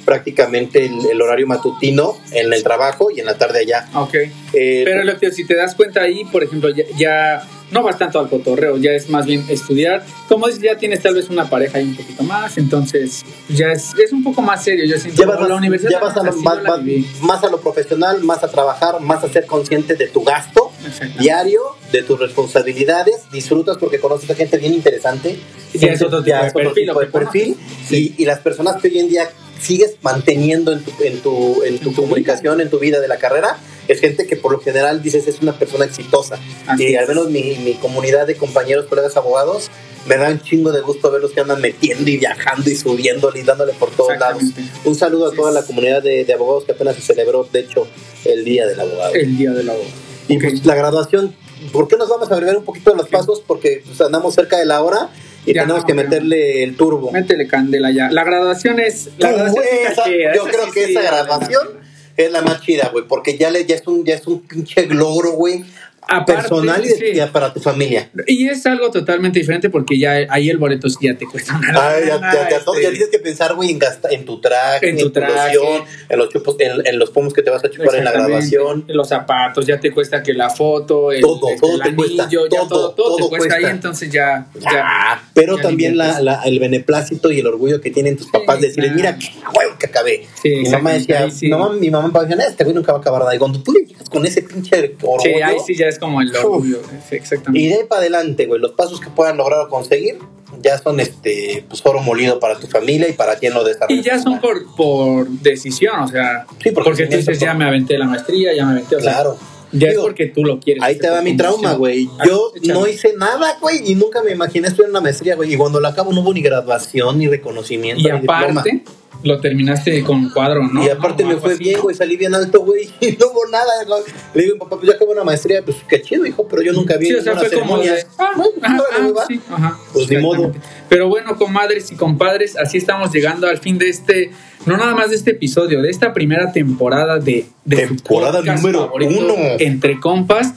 S2: prácticamente el, el horario matutino en el trabajo y en la tarde allá.
S3: Ah, Ok.
S2: Eh,
S3: Pero lo que si te das cuenta ahí, por ejemplo, ya, ya no vas tanto al cotorreo, ya es más bien estudiar. Como dices, ya tienes tal vez una pareja ahí un poquito más, entonces ya es, es un poco más serio. Yo siento
S2: Ya vas,
S3: como
S2: a-
S3: la universidad
S2: ya vas a
S3: así
S2: lo,
S3: no
S2: más,
S3: la
S2: más-
S3: viví.
S2: más a lo profesional, más a trabajar, más a ser consciente de tu gasto
S3: Exacto. Ya,
S2: diario, de tus responsabilidades, disfrutas porque conoces a gente bien interesante,
S3: es otro tipo
S2: Ya
S3: de
S2: es otro
S3: perfil.
S2: tipo
S3: lo
S2: de
S3: que conoces.
S2: perfil, y, y las personas que hoy en día sigues manteniendo en tu, en tu, en tu
S3: En tu
S2: comunicación, en tu vida de la carrera, es gente que por lo general dices es una persona exitosa.
S3: Así
S2: y al
S3: es.
S2: menos mi, mi comunidad de compañeros, colegas abogados, me da un chingo de gusto verlos que andan metiendo y viajando y subiéndole y dándole por todos lados.
S3: Exactamente.
S2: Un saludo a
S3: Así
S2: toda
S3: es.
S2: la comunidad de, de abogados que apenas se celebró, de hecho, el Día del Abogado.
S3: El día de la boda.
S2: Y
S3: Ok.
S2: pues la graduación, ¿por qué nos vamos a agregar un poquito de los pasos? Porque pues, andamos cerca de la hora y
S3: Ya,
S2: tenemos
S3: no,
S2: que
S3: ya.
S2: meterle el turbo.
S3: Métele candela ya. La graduación es. La
S2: Tú,
S3: graduación
S2: güey,
S3: está
S2: esa-
S3: chida,
S2: yo
S3: esa
S2: creo
S3: sí,
S2: que
S3: sí,
S2: esa
S3: vale la
S2: graduación
S3: pena.
S2: es la más chida, güey, porque ya, le, ya, es un, ya es un pinche logro, güey,
S3: Aparte,
S2: personal y,
S3: sí.
S2: y para tu familia.
S3: Y es algo totalmente diferente porque ya ahí el boleto sí ya te cuesta
S2: Ah,
S3: una lana,
S2: Ay, ya, ya- ya todo- ya
S3: este,
S2: tienes que pensar, güey, en, gasta- en tu traje,
S3: En
S2: en
S3: tu
S2: tu,
S3: traje.
S2: loción, en los, chupos, en, en los pomos que te vas a chupar en la
S3: Exactamente.
S2: graduación.
S3: Los zapatos, ya te cuesta que la foto, el,
S2: Todo,
S3: este,
S2: todo
S3: el
S2: te cuesta,
S3: anillo, ya
S2: todo,
S3: todo, todo, te
S2: todo
S3: cuesta, ahí,
S2: cuesta.
S3: entonces ya.
S2: Ya, pero
S3: ya
S2: también la,
S3: inviertes.
S2: la- el beneplácito y el orgullo que tienen tus papás de decirles,
S3: claro.
S2: mira, qué huevo que acabé.
S3: Sí,
S2: mi mamá
S3: exactamente,
S2: decía,
S3: ahí sí.
S2: "No, mi mamá me decía, este güey nunca va a acabar nada. Y cuando tú le llegas con ese pinche orgullo,
S3: Sí, ahí sí ya es como el
S2: Uf.
S3: orgullo,
S2: y
S3: sí, exactamente.
S2: de ahí para adelante, güey, los pasos que puedan lograr o conseguir ya son este pues oro molido para tu familia y para ti en lo
S3: Y,
S2: desarrollo.
S3: ya son
S2: personal.
S3: por, por decisión, o sea,
S2: Sí, porque
S3: porque,
S2: sin
S3: tú
S2: eso,
S3: dices, ya
S2: por-
S3: me aventé la maestría, ya me aventé, o sea,
S2: Claro.
S3: ya es
S2: Digo,
S3: porque tú lo quieres.
S2: Ahí
S3: hacer
S2: te va
S3: por
S2: mi
S3: convicción.
S2: trauma, güey.
S3: Ah,
S2: Yo
S3: échale.
S2: no hice nada, güey, y nunca me imaginé estudiar una maestría, güey. Y cuando la acabo no hubo ni graduación, ni reconocimiento,
S3: Y
S2: ni diploma.
S3: aparte, lo terminaste con cuadro, ¿no?
S2: y aparte
S3: No,
S2: me
S3: algo
S2: fue
S3: así,
S2: bien,
S3: ¿no?
S2: güey, salí bien alto, güey, [laughs] y no hubo nada. ¿no? Le digo, papá, pues yo acabé una maestría, pues qué chido, hijo, pero yo nunca vi
S3: Sí, o sea,
S2: ninguna
S3: fue como
S2: ceremonia.
S3: de, ah,
S2: Bueno,
S3: ajá,
S2: ahora me
S3: ah,
S2: va.
S3: sí, ajá.
S2: Pues ni modo.
S3: Exactamente. Pero bueno, comadres y compadres, así estamos llegando al fin de este, no nada más de este episodio, de esta primera temporada de, de su
S2: Temporada
S3: podcast
S2: número
S3: favorito,
S2: uno.
S3: Entre compas.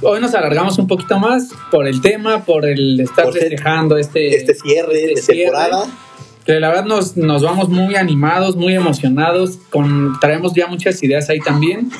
S3: Hoy nos alargamos un poquito más por el tema, por el estar
S2: Por ser-
S3: festejando este,
S2: Este cierre
S3: este
S2: de temporada.
S3: cierre. Que la verdad nos, nos vamos muy animados, muy emocionados, con, traemos ya muchas ideas ahí también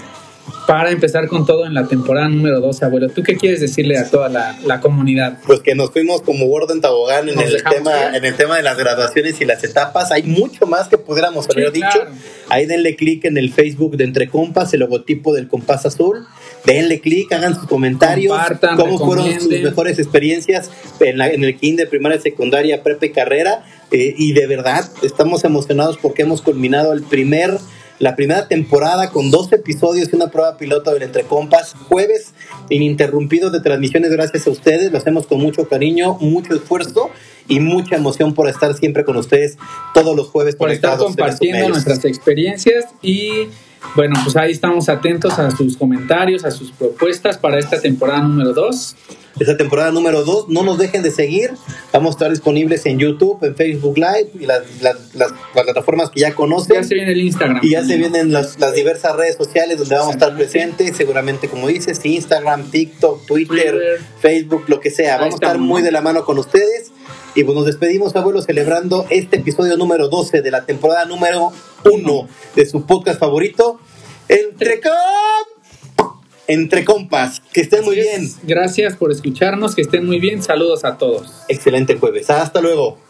S3: para empezar con todo en la temporada número 12, abuelo. ¿Tú qué quieres decirle a toda la, la comunidad?
S2: Pues que nos fuimos como gordo en tobogán en
S3: Nos
S2: el,
S3: dejamos
S2: tema,
S3: ir.
S2: en el tema de las graduaciones y las etapas. Hay mucho más que pudiéramos haber
S3: Sí,
S2: dicho.
S3: claro.
S2: Ahí denle clic en el Facebook de Entre Compas, el logotipo del compás azul. Denle clic, hagan sus comentarios.
S3: Compartan,
S2: ¿Cómo fueron sus
S3: recomienden.
S2: mejores experiencias en, la- en el kinder, primaria, secundaria, prepa y carrera? Eh, y de verdad, estamos emocionados porque hemos culminado el primer. La primera temporada con dos episodios y una prueba piloto del Entre Compas, jueves ininterrumpido de transmisiones gracias a ustedes, lo hacemos con mucho cariño, mucho esfuerzo y mucha emoción por estar siempre con ustedes todos los jueves
S3: Por estar
S2: conectados en este estos
S3: compartiendo
S2: medios.
S3: nuestras experiencias y Bueno, pues ahí estamos atentos a sus comentarios, a sus propuestas para esta temporada número 2.
S2: Esta temporada número 2, no nos dejen de seguir. Vamos a estar disponibles en YouTube, en Facebook Live y las, las- las- las plataformas que ya
S3: Ya
S2: conocen.
S3: se viene el Instagram.
S2: Y ya se vienen las, las diversas redes sociales donde vamos a estar presentes, seguramente como dices, Instagram, TikTok, Twitter,
S3: Twitter.
S2: Facebook, lo que sea.
S3: Ahí
S2: Vamos a estar
S3: estamos.
S2: muy de la mano con ustedes. Y pues nos despedimos, abuelos, celebrando este episodio número 12 de la temporada número 1 de su podcast favorito, Entre Com- Entre Compas. Que estén muy
S3: Así
S2: bien.
S3: es. Gracias por escucharnos, que estén muy bien. Saludos a todos.
S2: Excelente jueves. Hasta luego.